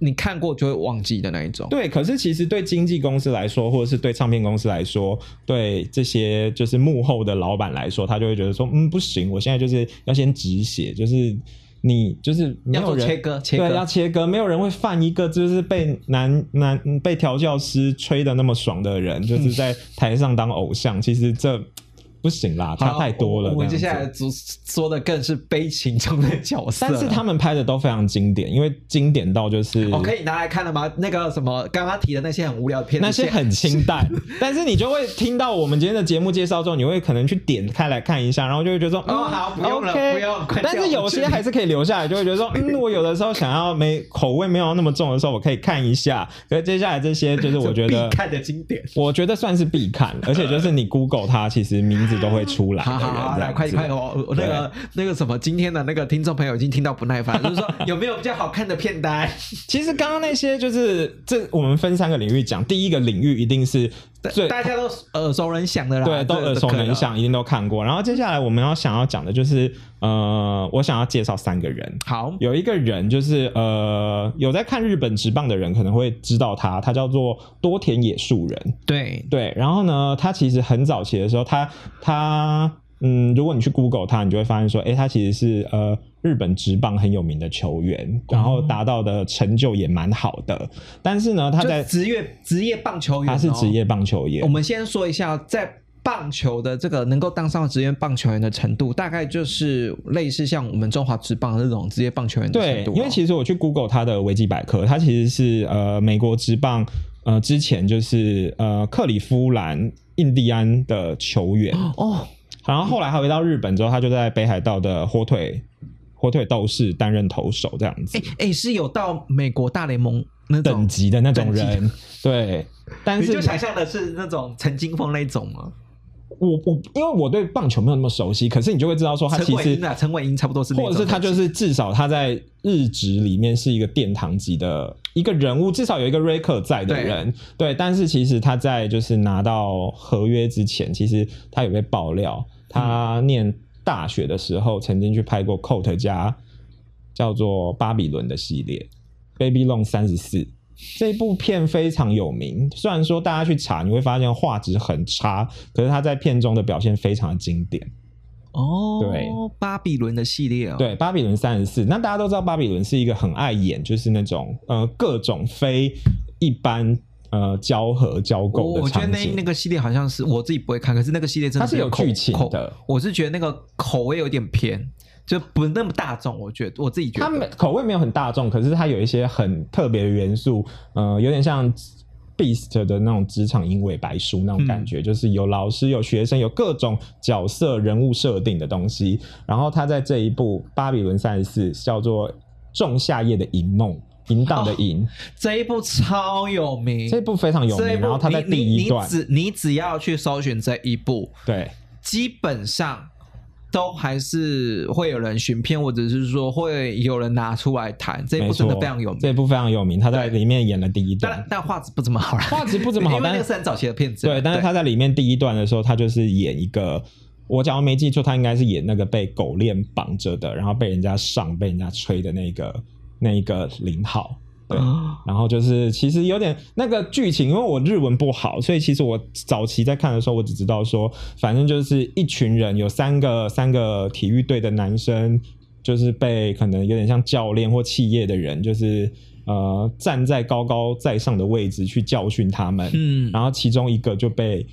你看过就会忘记的那一种。对，可是其实对经纪公司来说，或者是对唱片公司来说，对这些就是幕后的老板来说，他就会觉得说，嗯，不行，我现在就是要先止血，就是。你就是没要有做人切割切割对，要切割，没有人会犯一个就是被男男嗯被调教师吹的那么爽的人，就是 在台上当偶像，其实这不行啦，好，差太多了。我我们这接样下子来说说的更是悲情中的角色了，但是他们拍的都非常经典，因为经典到就是哦可以拿来看了吗？那个什么刚刚提的那些很无聊的片子，那些很清淡，但是你就会听到我们今天的节目介绍之后，你会可能去点开来看一下，然后就会觉得说，哦嗯好不用了 OK 不用快但叫我是有去些还是可以留下来，就会觉得说，嗯，我有的时候想要没口味没有那么重的时候，我可以看一下。可是接下来这些就是我觉得必。看的经 典。我觉得算是必看，而且就是你 Google 它，其实名字都会出来的好人。好好，这来样快子快，我我那个那个什么，今天的那个听众朋友已经听到不耐烦， 就是说有没有比较好看的片单？其实刚刚那些就是这，我们分三个领域讲。第一个领域一定是最大家都耳熟能详的啦，对，都这个耳熟可以能了。详，一定都看过。然后接下来我们要想要讲的就是，呃，我想要介绍三个人。好，有一个人就是呃，有在看日本职棒的人可能会知道他，他叫做多田野树人。对，对，然后呢，他其实很早期的时候，他他嗯，如果你去 Google 他，你就会发现说，诶，他其实是呃日本职棒很有名的球员，然哦后达到的成就也蛮好的。但是呢，他就在职业职业哦棒球员，他是职。业棒球员我，们先说一下，在棒球的这个能够当上职业棒球员的程度，大概就是类似像我们中华职棒的那种职业棒球员的程对度哦。，因为其实我去 Google 它的维基百科，它其实是呃美国职棒呃之前就是呃克利夫兰印第安的球员，哦，然后后来他回到日本之后，他就在北海道的火腿火腿斗士担任投手这样子哎。哎，是有到美国大联盟那等种，级的那种等级人，对，但你是就想象的是那种陈金峰那种吗？我我因为我对棒球没有那么熟悉，可是你就会知道说哦他陈其伟实英啊，陈伟英差不多是那或种等级，者是他就是至少他在日职里面是一个殿堂级的一个人物，至少有一个 Raker 在的人，对。但是其实他在就是拿到合约之前，其实他有被爆料，他念大学的时候曾经去拍过 Coat 家叫做《巴比伦》的系列《Baby Long 三十四》。这部片非常有名，虽然说大家去查你会发现画质很差，可是他在片中的表现非常的经典。哦，对，巴比伦的系列哦，，对，巴比伦三十四。那大家都知道，巴比伦是一个很爱演，就是那种呃各种非一般呃交合交我媾哦我的觉得场那那景。个系列好像是我自己不会看，可是那个系列真的它是有口剧情口的我是觉得那个口味有点偏，就不那么大众，我觉得我自己觉它得，没口味没有很大众，可是它有一些很特别的元素，呃，有点像 Beast 的那种职场英尾白书那种嗯感觉，就是有老师、有学生、有各种角色人物设定的东西。然后他在这一部《巴比伦三十四》叫做《仲夏夜的银梦》。淫荡哦的淫，这一部超有名，这一部非常有这一名，部然后它在你你第一段你，只你只要去搜寻这一部，对基本上都还是会有人寻片，或者是说会有人拿出来谈。这一没部错，真的非常有这名，一部非常有名，他在对里面演了第一但段，但画质不怎么好啦，画质不怎么 好因为但那个是很早期的片子嘛。对，但是他在里面第一段的时候，他就是演一个，我假如没记错，他应该是演那个被狗链绑着的，然后被人家上、被人家吹的那个那一个零号。对，然后就是其实有点那个剧情，因为我日文不好，所以其实我早期在看的时候，我只知道说，反正就是一群人有三个三个体育队的男生，就是被可能有点像教练或企业的人，就是呃站在高高在上的位置去教训他们，嗯，然后其中一个就被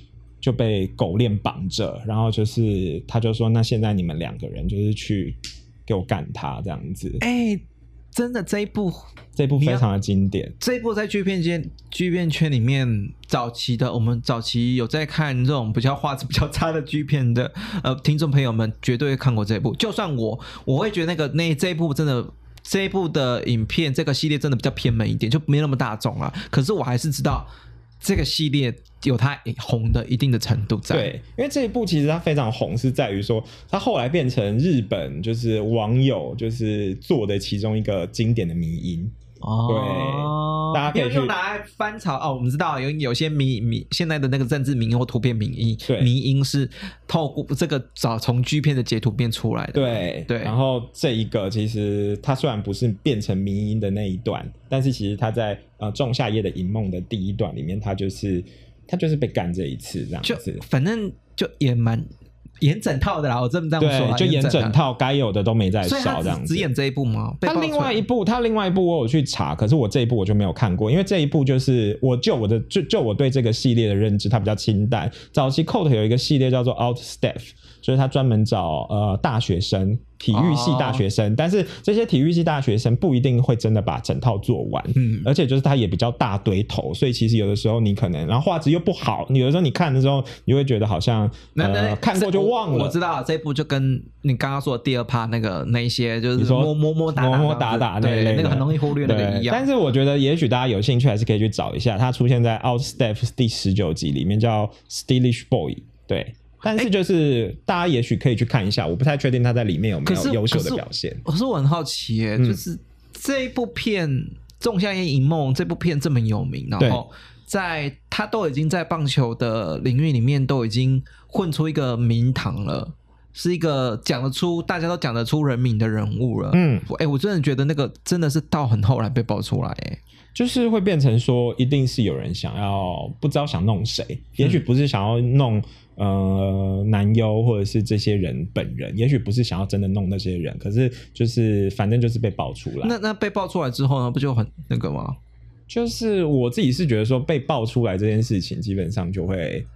就被狗链绑着，然后就是他就说，那现在你们两个人就是去给我干他这样子，哎，真的这一部这部你非要常的经典。这一部在剧片界、剧片圈里面，早期的我们早期有在看这种比较画质比较差的剧片的，呃，听众朋友们绝对会看过这一部。就算我，我会觉得那个那这一部真的。这一部的影片，这个系列真的比较偏门一点，就没那么大众了。可是我还是知道这个系列有它红的一定的程度在。，对，因为这一部其实它非常红，是在于说它后来变成日本就是网友就是做的其中一个经典的迷因。哦，对大家可以因为去又拿来翻炒哦。我们知道有有些迷迷现在的那个政治迷因或图片迷因，对迷因是透过这个找从 G 片的截图变出来的。对对然后这一个其实它虽然不是变成迷因的那一段，但是其实它在呃《仲夏夜的银梦》的第一段里面，它就是它就是被干这一次这样就子。反正就也蛮演整套的啦，我这么这样说啊对，啦，就演整。套该有的都没在所以他少这样只子嗯只。演这一部吗？被他爆另出来外一部，他另外一部我有去查，可是我这一部我就没有看过，因为这一部就是我就我的就就我对这个系列的认知，它比较清淡。早期 Code 有一个系列叫做 Out Staff，就是他专门找呃大学生，体育系大学生，哦但是这些体育系大学生不一定会真的把整套做完，嗯，而且就是它也比较大堆头，所以其实有的时候你可能，然后画质又不好，你有的时候你看的时候，你会觉得好像那那呃看过就忘我了我知。道这一部就跟你刚刚说的第二趴那个那一些就是你说摸摸摸打打摸这样摸子打打那一对类的那个很容易忽略那个对一样。但是我觉得，也许大家有兴趣，还是可以去找一下，它出现在《Out Step》第十九集里面，叫《Stylish Boy》。对，但哎是就是、大家也许可以去看一下，我不太确定他在里面有没可有是优秀可的是表现。可是我很好奇耶、嗯就是这一部片《仲夏夜影梦》这部片这么有名，然后在他都已经在棒球的领域里面都已经混出一个名堂了。是一个讲得出，大家都讲得出人名的人物了。嗯，我，哎、我真的觉得那个真的是到很后来被爆出来、哎，就是会变成说，一定是有人想要不知道想弄谁，也嗯许不是想要弄呃男优或者是这些人本人，也许不是想要真的弄那些人，可是就是反正就是被爆出来。那那被爆出来之后呢，不就很那个吗？就是我自己是觉得说被爆出来这件事情，基本上就会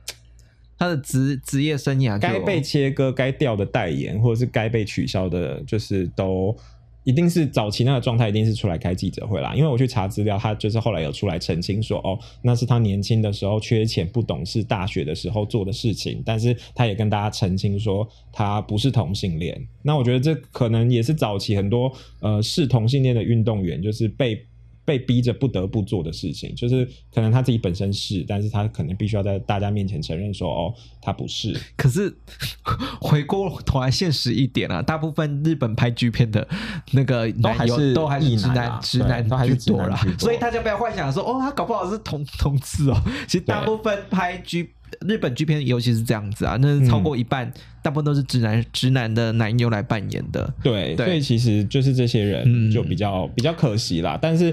他的职职业生涯就该被切割、该掉的代言，或者是该被取消的，就是都一定是早期那个状态，一定是出来开记者会啦。因为我去查资料，他就是后来有出来澄清说，哦，那是他年轻的时候缺钱、不懂事，大学的时候做的事情。但是他也跟大家澄清说，他不是同性恋。那我觉得这可能也是早期很多呃是同性恋的运动员，就是被。被逼着不得不做的事情，就是可能他自己本身是，但是他可能必须要在大家面前承认说，哦，他不是。可是 回过头来现实一点啊，大部分日本拍剧片的那个都还男优是都还是直异男男啊直对男都还是居直多男啦居，多所以大家不要幻想说哦，他搞不好是同同志哦。其实大部分拍剧日本剧片，尤其是这样子啊，那是超过一半，大部分都是直男直男的男优来扮演的。对，对所以其实就是这些嗯人就比较、比较可惜啦。但是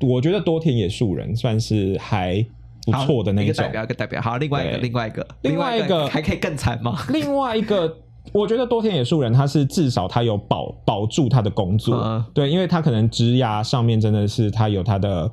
我觉得多田野树人算是还不好错的那一个种代。表，一个代表。好，另外一个，对另外一个，另外一个还可以更惨吗？另外一个，我觉得多田野树人他是至少他有保保住他的工作，嗯对，因为他可能职涯上面真的是他有他的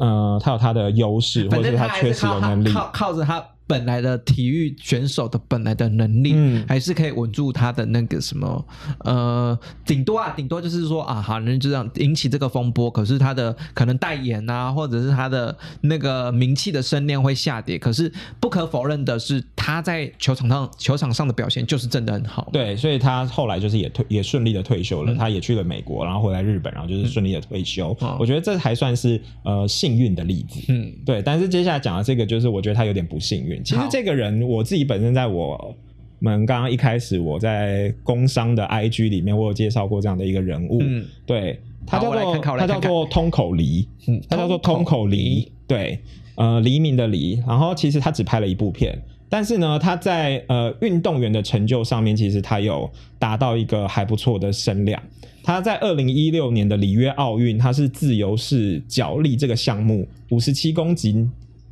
呃，他有他的优势，或反者正是还确是实靠有他能力。靠靠着他本来的体育选手的本来的能力，嗯还是可以稳住他的那个什么，呃，顶多啊，顶多就是说啊，好，人就这样引起这个风波，可是他的可能代言啊，或者是他的那个名气的声量会下跌。可是不可否认的是，他在球场上球场上的表现就是真的很好。，对，所以他后来就是也退也顺利的退休了，嗯他也去了美国，然后回来日本，然后就是顺利的退休。哦我觉得这还算是呃幸运的例子。嗯，对，但是接下来讲的这个，就是我觉得他有点不幸运。其实好这个人，我自己本身在我们刚刚一开始我在工商的 IG 里面，我有介绍过这样的一个人物。嗯对，他好叫我来做看看我他来叫看看做通口梨，嗯他叫做通口梨。对，呃，黎明的黎。然后其实他只拍了一部片。但是呢，他在呃运动员的成就上面，其实他有达到一个还不错的声量。他在二零一六年的里约奥运，他是自由式角力这个项目五十七公斤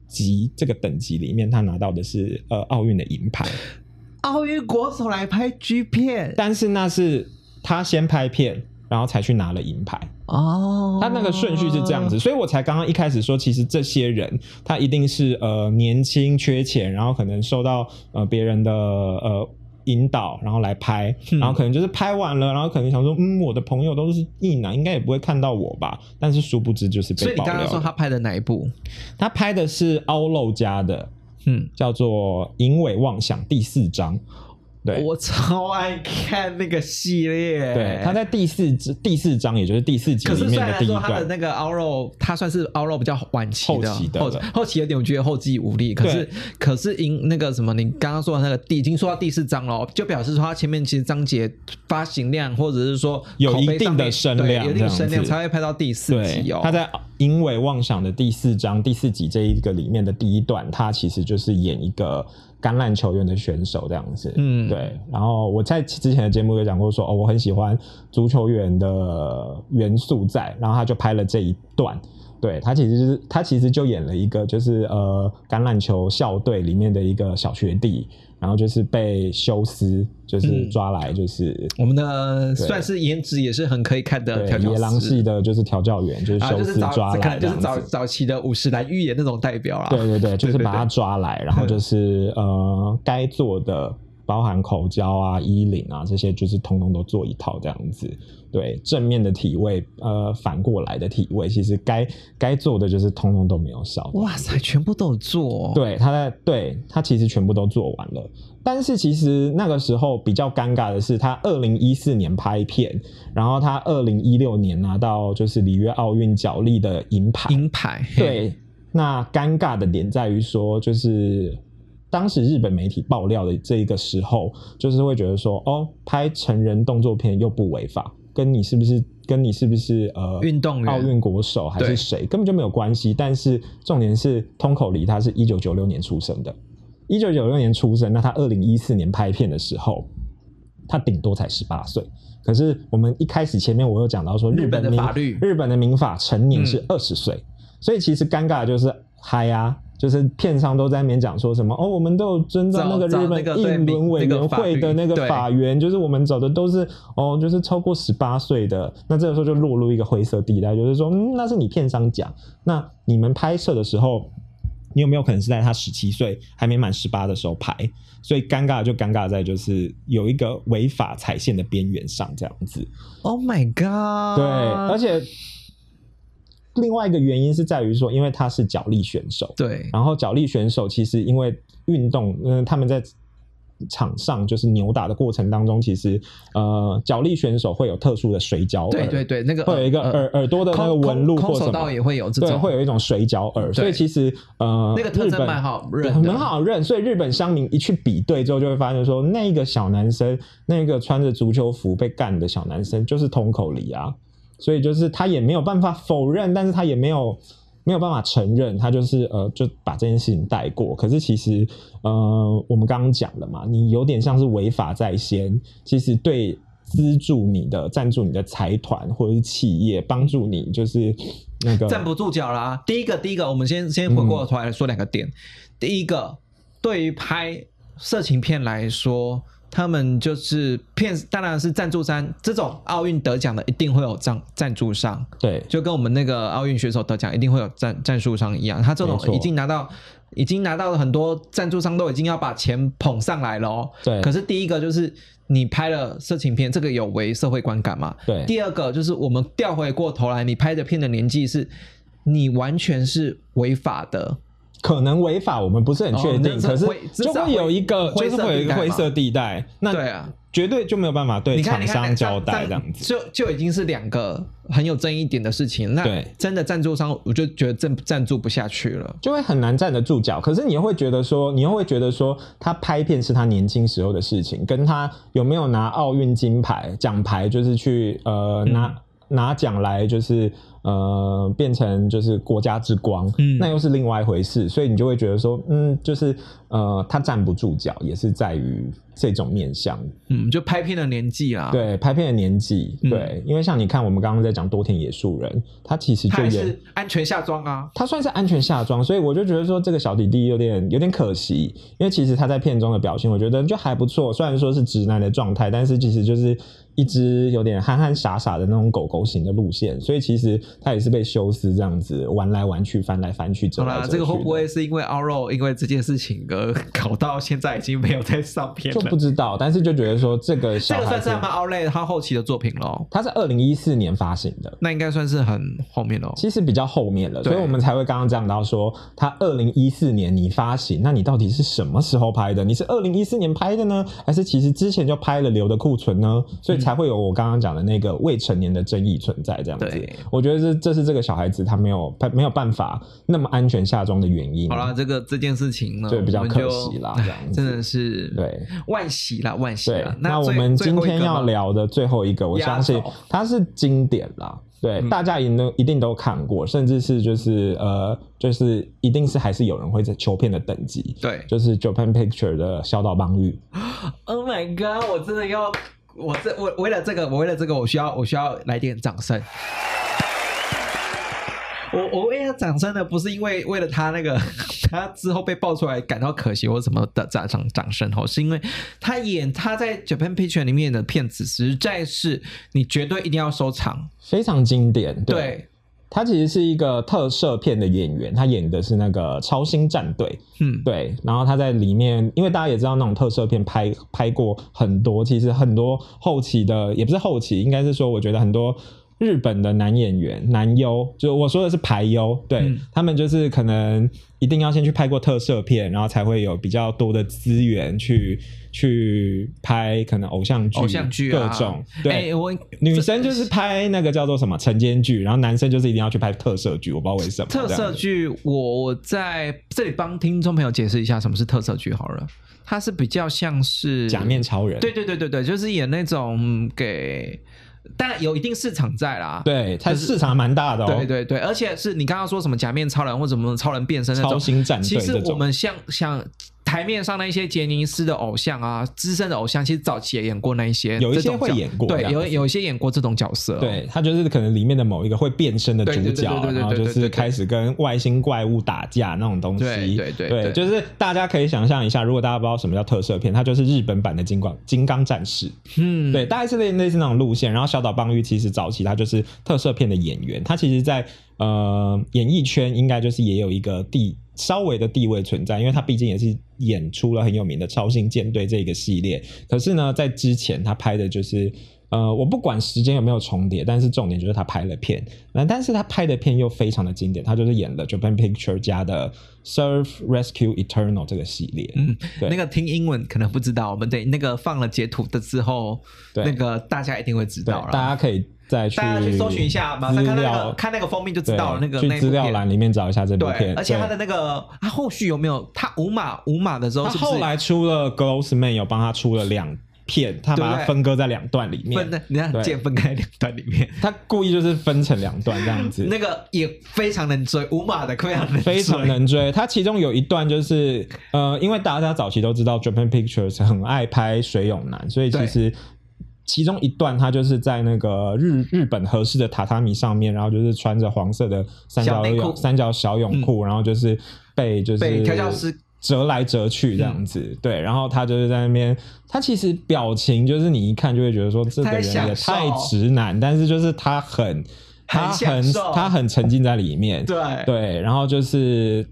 级这个等级里面，他拿到的是呃奥运的银牌。奥运国手来拍 G 片但是那是他先拍片，然后才去拿了银牌。哦，他那个顺序是这样子，所以我才刚刚一开始说，其实这些人他一定是呃年轻缺钱，然后可能受到呃别人的呃。引导，然后来拍，嗯然后可能就是拍完了，然后可能想说，嗯，我的朋友都是异男，应该也不会看到我吧。但是殊不知就是所以被你爆刚料刚说了。他拍的哪一部？他拍的是凹漏家的，嗯，叫做《淫尾妄想》第四章。对，我超爱看那个系列。对，他在第四支第四章，也就是第四集可里是虽面的然第一说他的段。那个凹肉，他算是凹肉比较晚期的，后期的后了后期有点我觉得后继无力。可是对可是因那个什么，你刚刚说的那个第已经说到第四章了哦，就表示说他前面其实章节发行量或者是说有口碑一定上面的声对量有一定的声这样量子才会拍到第四对集哦，。他在《因为妄想》的第四章第四集这一个里面的第一段，他其实就是演一个橄榄球员的选手这样子。嗯对。然后我在之前的节目有讲过说，哦，我很喜欢足球员的元素在，然后他就拍了这一段。对他其实就是他其实就演了一个就是呃橄榄球校队里面的一个小学弟，然后就是被休斯就是嗯抓来就是、我们的对算是颜值也是很可以看的调对，教野狼系师的就是调教员，就是啊，休就是斯早抓可来能就是这样子。早早期的五十岚预言那种代表啦。啊对 对对，就是对对把他抓来，然后就是呃，该做的包含口交啊、衣领啊这些，就是通通都做一套这样子。对，正面的体位，呃，反过来的体位，其实该该做的就是通通都没有少。哇塞，全部都有做、哦。对，他在对他其实全部都做完了，但是其实那个时候比较尴尬的是，他二零一四年拍片，然后他二零一六年拿到就是里约奥运角力的银牌，银牌，嘿，对，那尴尬的点在于说，就是当时日本媒体爆料的这一个时候，就是会觉得说，哦，拍成人动作片又不违法，跟你是不是跟你是不是呃运动员奥运国手还是对谁根本就没有关系。但是重点是，通口梨他是一九九六年出生的，一九九六年出生，那他二零一四年拍片的时候，他顶多才十八岁。可是我们一开始前面我有讲到说，日日本本的民法律日本的民法成年是嗯二十岁，所以其实尴尬的就是嗨啊，就是片商都在那边讲说什么哦，我们都有遵照那个照照日本那个议对伦委员会的那那个法律个对法源，就是我们走的都是哦，就是超过十八岁的，那这个时候就落入一个灰色地带，就是说，嗯，那是你片商讲，那你们拍摄的时候。你有没有可能是在他十七岁还没满十八的时候拍？所以尴尬就尴尬在就是有一个违法踩线的边缘上这样子。 Oh my god！对，而且另外一个原因是在于说，因为他是脚力选手，对，然后脚力选手其实因为运动，嗯，他们在场上就是扭打的过程当中，其实呃，脚力选手会有特殊的水饺耳，对对对，那个呃会有一个耳耳朵的那个空纹路空或空什手么道。也会有这对，种，会有一种水饺耳，所以对其实呃，那个特日征本蛮好对认，很。好认。所以日本乡民一去比对之后，就会发现说，那个小男生，那个穿着足球服被干的小男生，就是通口梨啊。所以就是他也没有办法否认，但是他也没有没有办法承认，他就是呃就把这件事情带过。可是其实呃，我们刚刚讲了嘛，你有点像是违法在先，其实对。资助你的、赞助你的财团或者是企业，帮助你就是那个站不住脚啦。第一个，第一个，我们先先回嗯过头来说两个点。第一个，对于拍色情片来说，他们就是片，当然是赞助商这种奥运得奖的一定会有赞赞助商，对，就跟我们那个奥运选手得奖一定会有赞赞助商一样，他这种没错已经拿到。已经拿到了很多赞助商都已经要把钱捧上来了哦。对可是第一个就是你拍了色情片，这个有违社会观感嘛？对第二个就是我们调回过头来，你拍的片的年纪是，你完全是违法的。可能违法，我们不是很确定，哦那可是灰至就少会有一个，灰就是会有一个灰色地带嘛灰色地带，那对啊，绝对就没有办法对你看厂商交代你看这样子。就就已经是两个很有争议点的事情。那对真的赞助商，我就觉得赞赞助不下去了。就会很难站得住脚，可是你又会觉得说，你又会觉得说，他拍片是他年轻时候的事情，跟他有没有拿奥运金牌奖牌，就是去呃嗯拿、拿奖来，就是呃变成就是国家之光，嗯那又是另外一回事，所以你就会觉得说，嗯，就是呃他站不住脚，也是在于这种面向嗯，就拍片的年纪啦，，对拍片的年纪，嗯对，因为像你看，我们刚刚在讲多田野树人，他其实他就还也是安全下装啊。他算是安全下装，所以我就觉得说这个小弟弟有点有点可惜，因为其实他在片中的表现，我觉得就还不错。虽然说是直男的状态，但是其实就是一只有点憨憨傻傻的那种狗狗型的路线，所以其实他也是被修斯这样子玩来玩去、翻来翻去、折好来折啦，啊去的。这个会不会是因为 o r o 因为这件事情而搞到现在已经没有在上片就不了？知道？但是就觉得说这个这小个孩算子是他，们 o u l e 他后期的作品咯，他是二零一四年发行的。那应该算是很后面咯。其实比较后面了，对所以我们才会刚刚讲到说，他二零一四年你发行，那你到底是什么时候拍的？你是二零一四年拍的呢，还是其实之前就拍了留的库存呢？所以才会有我刚刚讲的那个未成年的争议存在这样子对。我觉得这这是这个小孩子他没有没有办法那么安全下装的原因。好啦，这个这件事情呢，对比较我们就可惜啦这样 子真的是对万喜啦，万喜对啦。，那我啊最们今最后一天个要吗聊的最后一个，我压嗯相信轴它是经典啦。对，大家也都一定都看过，甚至是就是呃，就是一定是还是有人会在求片的等级，对就是 Japan Picture 的小岛邦裕， ，Oh my God，我真的要，我这我为了这个，我为了这个，我需要我需要来点掌声。我我为他掌声的不是因为为了他那个他之后被爆出来感到可惜或什么的掌掌掌声哦，是因为他演他在 Japan Picture 里面的片子实在是你绝对一定要收藏，非常经典。对，对，他其实是一个特摄片的演员，他演的是那个超星战队。嗯，对，然后他在里面，因为大家也知道那种特摄片拍拍过很多，其实很多后期的也不是后期，应该是说我觉得很多。日本的男演员、男优，就我说的是排优，对、嗯他们就是可能一定要先去拍过特摄片，然后才会有比较多的资源去去拍可能偶像剧、偶像剧啊，各种。对、哎我女生就是拍那个叫做什么晨间剧，然后男生就是一定要去拍特摄剧，我不知道为什么。特这色样子剧，我我在这里帮听众朋友解释一下什么是特色剧好了。它是比较像是假面，超人，对对对对对，就是演那种嗯给，当然有一定市场在啦。对，它市场还蛮大的哦。对对对，而且是你刚刚说什么假面超人或者什么超人变身那超种，星战队其实这我种，们像像台面上那些杰尼斯的偶像啊，资深的偶像，其实早期也演过那一些，有一些这种角会演过这对，样有子有一些演过这种角色、哦。对他就是可能里面的某一个会变身的主对对对角对对，对然后就对对是对开始跟外星怪物打架那种东西。对对对对就是大家可以想象一下，如果大家不知道什么叫特摄片，它就是日本版的金光金刚战士。嗯，对，大概是类类似那种路线。然后小岛邦裕其实早期他就是特摄片的演员，他其实在呃演艺圈应该就是也有一个地稍微的地位存在，因为他毕竟也是演出了很有名的《超星舰队》这个系列。可是呢，在之前他拍的就是。呃，我不管时间有没有重叠，但是重点就是他拍了片。那但是他拍的片又非常的经典，他就是演了 Japan Picture 家的《Surf Rescue Eternal》这个系列。嗯，对那个听英文可能不知道，我们等那个放了截图的之后，对那个大家一定会知对道，了。大家可以再去大家去搜寻一下，马上看那资个料看那个封面就知道了。那对个那去一资部料片栏里面找一下这部对，片，而且他对的那个他后续有没有他五码五码的时候他是不是后来出了《Glowsman》，有帮他出了两片，他把它对分割在两段里面分，的，你看对剑分开两段里面，他故意就是分成两段这样 子。那个也非常能追，五码的非常能追非常能追。它其中有一段就是，呃，因为大家早期都知道 Japan Pictures 很爱拍水泳男，所以其对实其中一段他就是在那个日日本合适的榻榻米上面，然后就是穿着黄色的三角小内泳裤嗯三角小泳裤，然后就是被就是被调教师嗯折来折去这样子，对，然后他就是在那边，他其实表情就是你一看就会觉得说这个他在人也享受太直男，但是就是他很他享很受他很沉浸在里面，对对，然后就是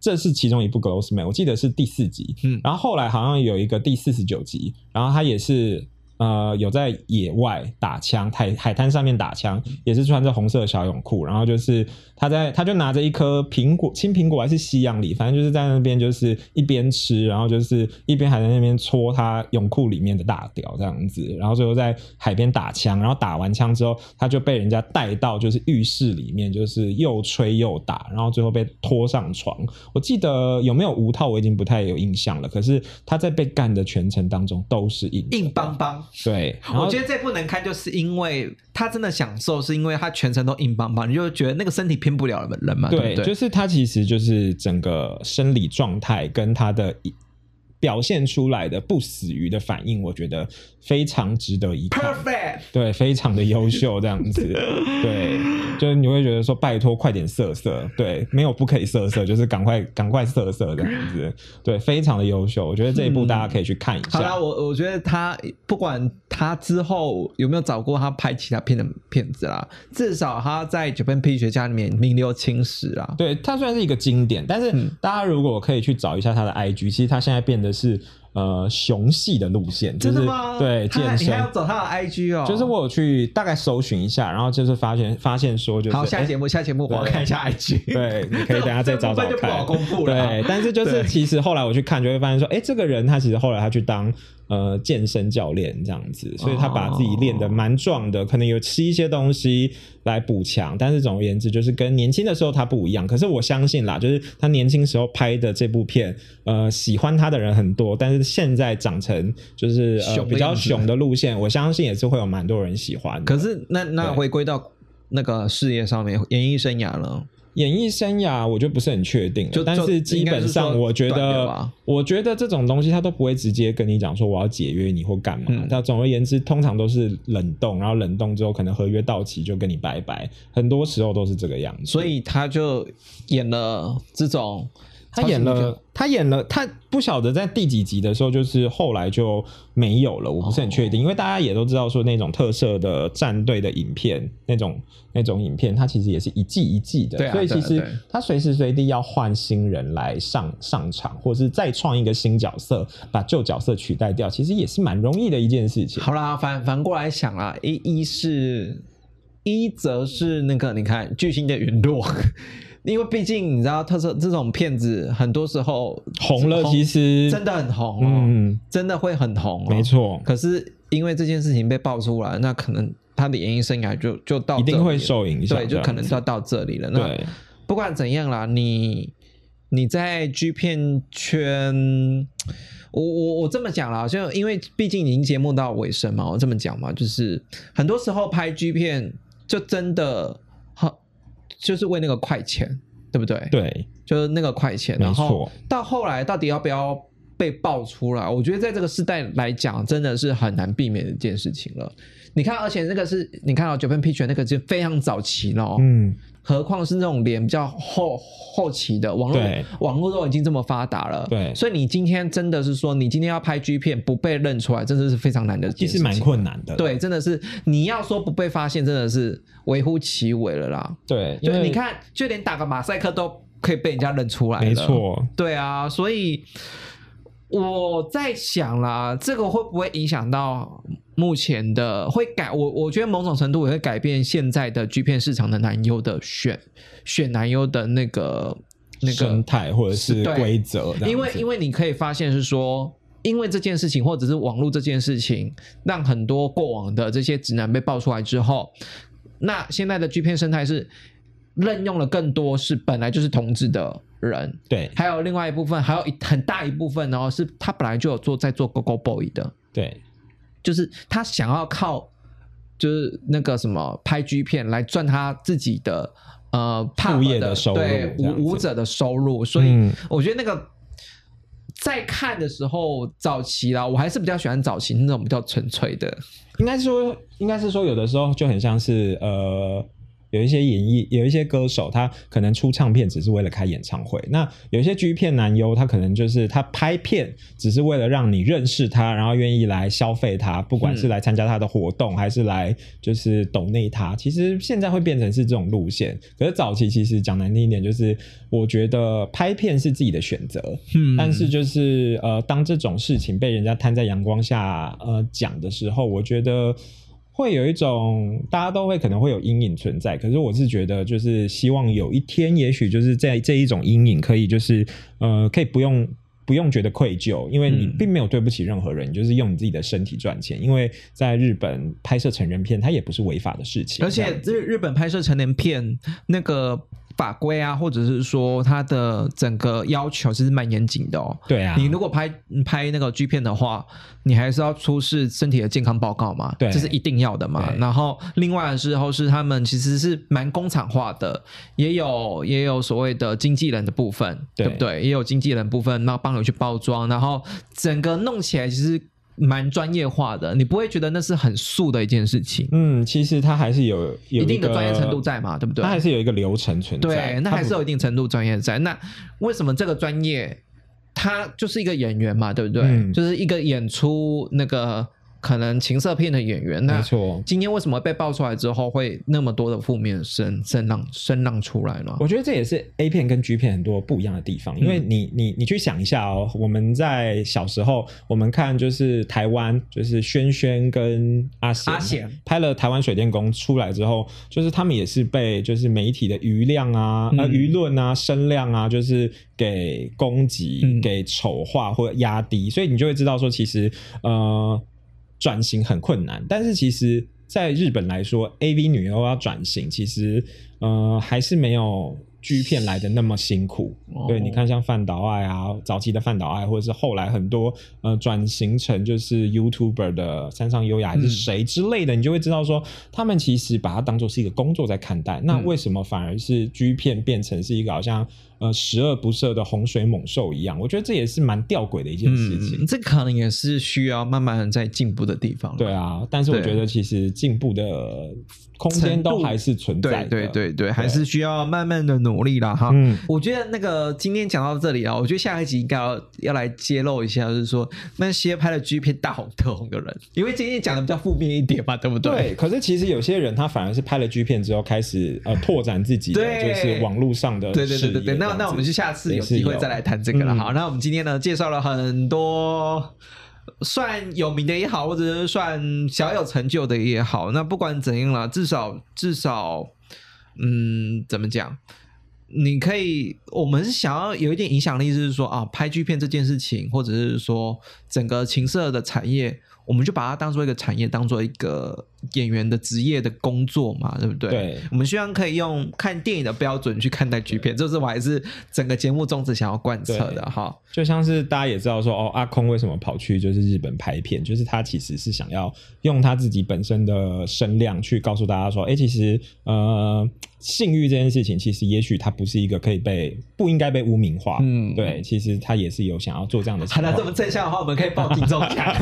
这是其中一部《Grossman》，我记得是第四集，嗯然后后来好像有一个第四十九集，然后他也是呃有在野外打枪，海海滩上面打枪，也是穿着红色的小泳裤，然后就是他在他就拿着一颗苹果青苹果还是西洋梨，反正就是在那边就是一边吃，然后就是一边还在那边搓他泳裤里面的大屌这样子，然后最后在海边打枪，然后打完枪之后他就被人家带到就是浴室里面，就是又吹又打，然后最后被拖上床，我记得有没有无套，我已经不太有印象了。可是他在被干的全程当中都是硬的硬邦邦。对，然后我觉得这部能看，就是因为他真的享受，是因为他全程都硬邦邦，你就觉得那个身体骗不了人嘛，对啊对，不对？就是他其实就是整个生理状态跟他的一表现出来的不死鱼的反应，我觉得非常值得一看。 Perfect，对，非常的优秀这样子，对，就是你会觉得说，拜托快点色色，对，没有不可以色色，就是赶快赶快色色这样子，对，非常的优秀，我觉得这一部大家可以去看一好啦，下。我我觉得他不管他之后有没有找过他拍其他片的片子啦，至少他在九片 P 学家里面名留青史啊啦。对，它虽然是一个经典，但是嗯大家如果可以去找一下他的 IG，其实他现在变得是呃雄系的路线，就真是的吗？对他健你身还，要走他的 IG 哦。就是我有去大概搜寻一下，然后就是发现发现说就是好，下哎节目下节目我要对看一下 IG。对，你可以等下再找这部找分就不好看。公布了啊对，但是就是对其实后来我去看，就会发现说，哎、这个人他其实后来他去当呃健身教练这样子，所以他把自己练得蛮壮的，可能有吃一些东西来补强，但是总而言之，就是跟年轻的时候他不一样。可是我相信啦，就是他年轻时候拍的这部片，呃，喜欢他的人很多，但是现在长成就是呃熊的比较样子熊的路线，我相信也是会有蛮多人喜欢的。可是那那对回归到那个事业上面，演艺生涯了，演艺生涯我就不是很确定了就但是就基本上我觉应该是说短的得吧，我觉得这种东西他都不会直接跟你讲说我要解约你或干嘛。嗯那、总而言之，通常都是冷冻，然后冷冻之后可能合约到期就跟你拜拜，很多时候都是这个样子。所以他就演了这种，他演了，他演了，他不晓得在第几集的时候，就是后来就没有了，我不是很确哦定，因为大家也都知道说那种特色的战队的影片，那种那种影片，它其实也是一季一季的，对啊所以对其啊实对他随时随地要换新人来上上场，或是再创一个新角色，把旧角色取代掉，其实也是蛮容易的一件事情。好啦，反反过来想啦，一一是一则是那个你看巨星的陨落， 因为毕竟你知道特色这种片子很多时候红了其实真的很红哦，嗯真的会很红、哦，没。错，可是因为这件事情被爆出来，那可能他的演艺生涯就就到一定会这里了受影响对，这就样可能就要到这里了。那对。不管怎样啦，你你在 G 片圈，我我我这么讲啦，就因为毕竟已经节目到尾声嘛，我这么讲嘛，就是很多时候拍 G 片就真的很就是为那个快钱，对不对？，对，就是那个快钱。没然后错到后来到底要不要？被爆出来，我觉得在这个时代来讲，真的是很难避免的一件事情了。你看，而且那个是你看到哦九片 P 圈那个就非常早期了、哦，嗯，何况是那种脸比较后后期的网络对，网络都已经这么发达了，对所以你今天真的是说，你今天要拍 G 片不被认出来，真的是非常难的一其件事实情，蛮困难的。对，真的是你要说不被发现，真的是微乎其微了啦。对，因就为你看，就连打个马赛克都可以被人家认出来，没，错，对啊，所以我在想啦，这个会不会影响到目前的会改？我我觉得某种程度也会改变现在的 G 片市场的男优的选选男优的那个那个生，态或者是是对规则这样子，因为因为你可以发现是说。因为这件事情，或者是网络这件事情，让很多过往的这些直男被爆出来之后，那现在的 G 片生态是任用了更多是本来就是同志的人，对还有另外一部分，还有一很大一部分哦，是他本来就有做在做 Go Go Boy 的，对就是他想要靠就是那个什么拍 G 片来赚他自己的呃副业 pub 的收入对这样子舞舞者的收入，所以嗯我觉得那个。在看的时候，早期啦，我还是比较喜欢早期那种比较纯粹的，应该说应该是说有的时候就很像是呃有一些演艺，有一些歌手，他可能出唱片只是为了开演唱会；那有一些 G 片男优，他可能就是他拍片只是为了让你认识他，然后愿意来消费他，不管是来参加他的活动，还是来就是懂内他。其实现在会变成是这种路线，可是早期其实讲难听一点，就是我觉得拍片是自己的选择，嗯但是就是呃，当这种事情被人家摊在阳光下呃讲的时候，我觉得会有一种大家都会可能会有阴影存在。可是我是觉得，就是希望有一天，也许就是在这一种阴影可以就是呃，可以不用。不用觉得愧疚，因为你嗯并没有对不起任何人，你就是用你自己的身体赚钱。因为在日本拍摄成人片，它也不是违法的事情。而这且样日日本拍摄成年片那个法规啊，或者是说它的整个要求其实蛮严谨的哦。对啊，你如果拍嗯拍那个 G 片的话，你还是要出示身体的健康报告嘛，对这是一定要的嘛。对然后另外的时候是他们其实是蛮工厂化的，也有也有所谓的经纪人的部分，对不对？也有经纪人部分，那帮你去包装，然后整个弄起来其实蛮专业化的，你不会觉得那是很素的一件事情，嗯，其实它还是有有一定的个专业程度在嘛，对不对啊它？还是有一个流程存在。对，那它还是不有一定程度专业在。那为什么这个专业，他就是一个演员嘛，对不对？嗯就是一个演出那个可能情色片的演员。没那错。今天为什么被爆出来之后会那么多的负面声声浪声浪出来呢？我觉得这也是 A 片跟 G 片很多不一样的地方，嗯因为你你你去想一下哦，我们在小时候，我们看就是台湾，就是轩轩跟阿贤阿贤拍了《台湾水电工》出来之后，就是他们也是被就是媒体的余量啊、呃嗯舆论啊、声量啊，就是给攻击、嗯给丑化或压低，所以你就会知道说，其实呃转型很困难，但是其实。在日本来说，A V 女优要转型，其实呃还是没有 G 片来的那么辛苦。哦对，你看像范岛爱啊，早期的范岛爱，或者是后来很多呃转型成就是 YouTuber 的山上优雅还嗯是谁之类的，你就会知道说，他们其实把它当做是一个工作在看待。那嗯为什么反而是 G 片变成是一个好像呃十恶不赦的洪水猛兽一样？我觉得这也是蛮吊诡的一件事情。嗯，这可能也是需要慢慢在进步的地方。对啊，但是我对觉得其实进步的空间都还是存在对的。对对对，还是需要慢慢的努力啦哈。嗯我觉得那个今天讲到这里啊，我觉得下一集应该要要来揭露一下，就是说那些拍了 G 片大红特红的人，因为今天讲的比较负面一点嘛，对不对，可是其实有些人他反而是拍了 G 片之后开始 呃拓展自己的对就是网络上的对对事对业对对，这那样那我们子就下次也有是机会有再来谈这个了。嗯好，那我们今天呢介绍了很多算有名的也好，或者是算小有成就的也好，那不管怎样了，至少至少，嗯，怎么讲？你可以，我们是想要有一点影响力，就是说啊，拍剧片这件事情，或者是说整个情色的产业，我们就把它当做一个产业，当做一个演员的职业的工作嘛，对不对？对我们希望可以用看电影的标准去看待 G 片，这是我还是整个节目宗旨想要贯彻的哈。就像是大家也知道说哦，阿空为什么跑去就是日本拍片，就是他其实是想要用他自己本身的声量去告诉大家说，哎、其实呃，性欲这件事情，其实也许它不是一个可以被不应该被污名化，嗯对，其实他也是有想要做这样的情谈况。到这么正向的话，我们可以报警中 奖。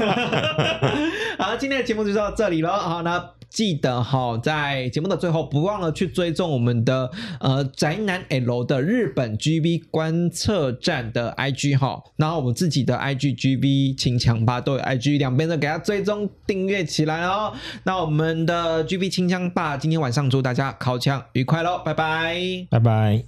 好，今天的节目就到这里了。好，那记得哈，在节目的最后，不忘了去追踪我们的呃宅男 L 的日本 GB 观测站的 IG 哈，然后我们自己的 IG GB 情强吧都有 IG，两边都给它追踪订阅起来哦。那我们的 GB 清枪吧，今天晚上祝大家烤枪愉快喽，拜拜。拜拜。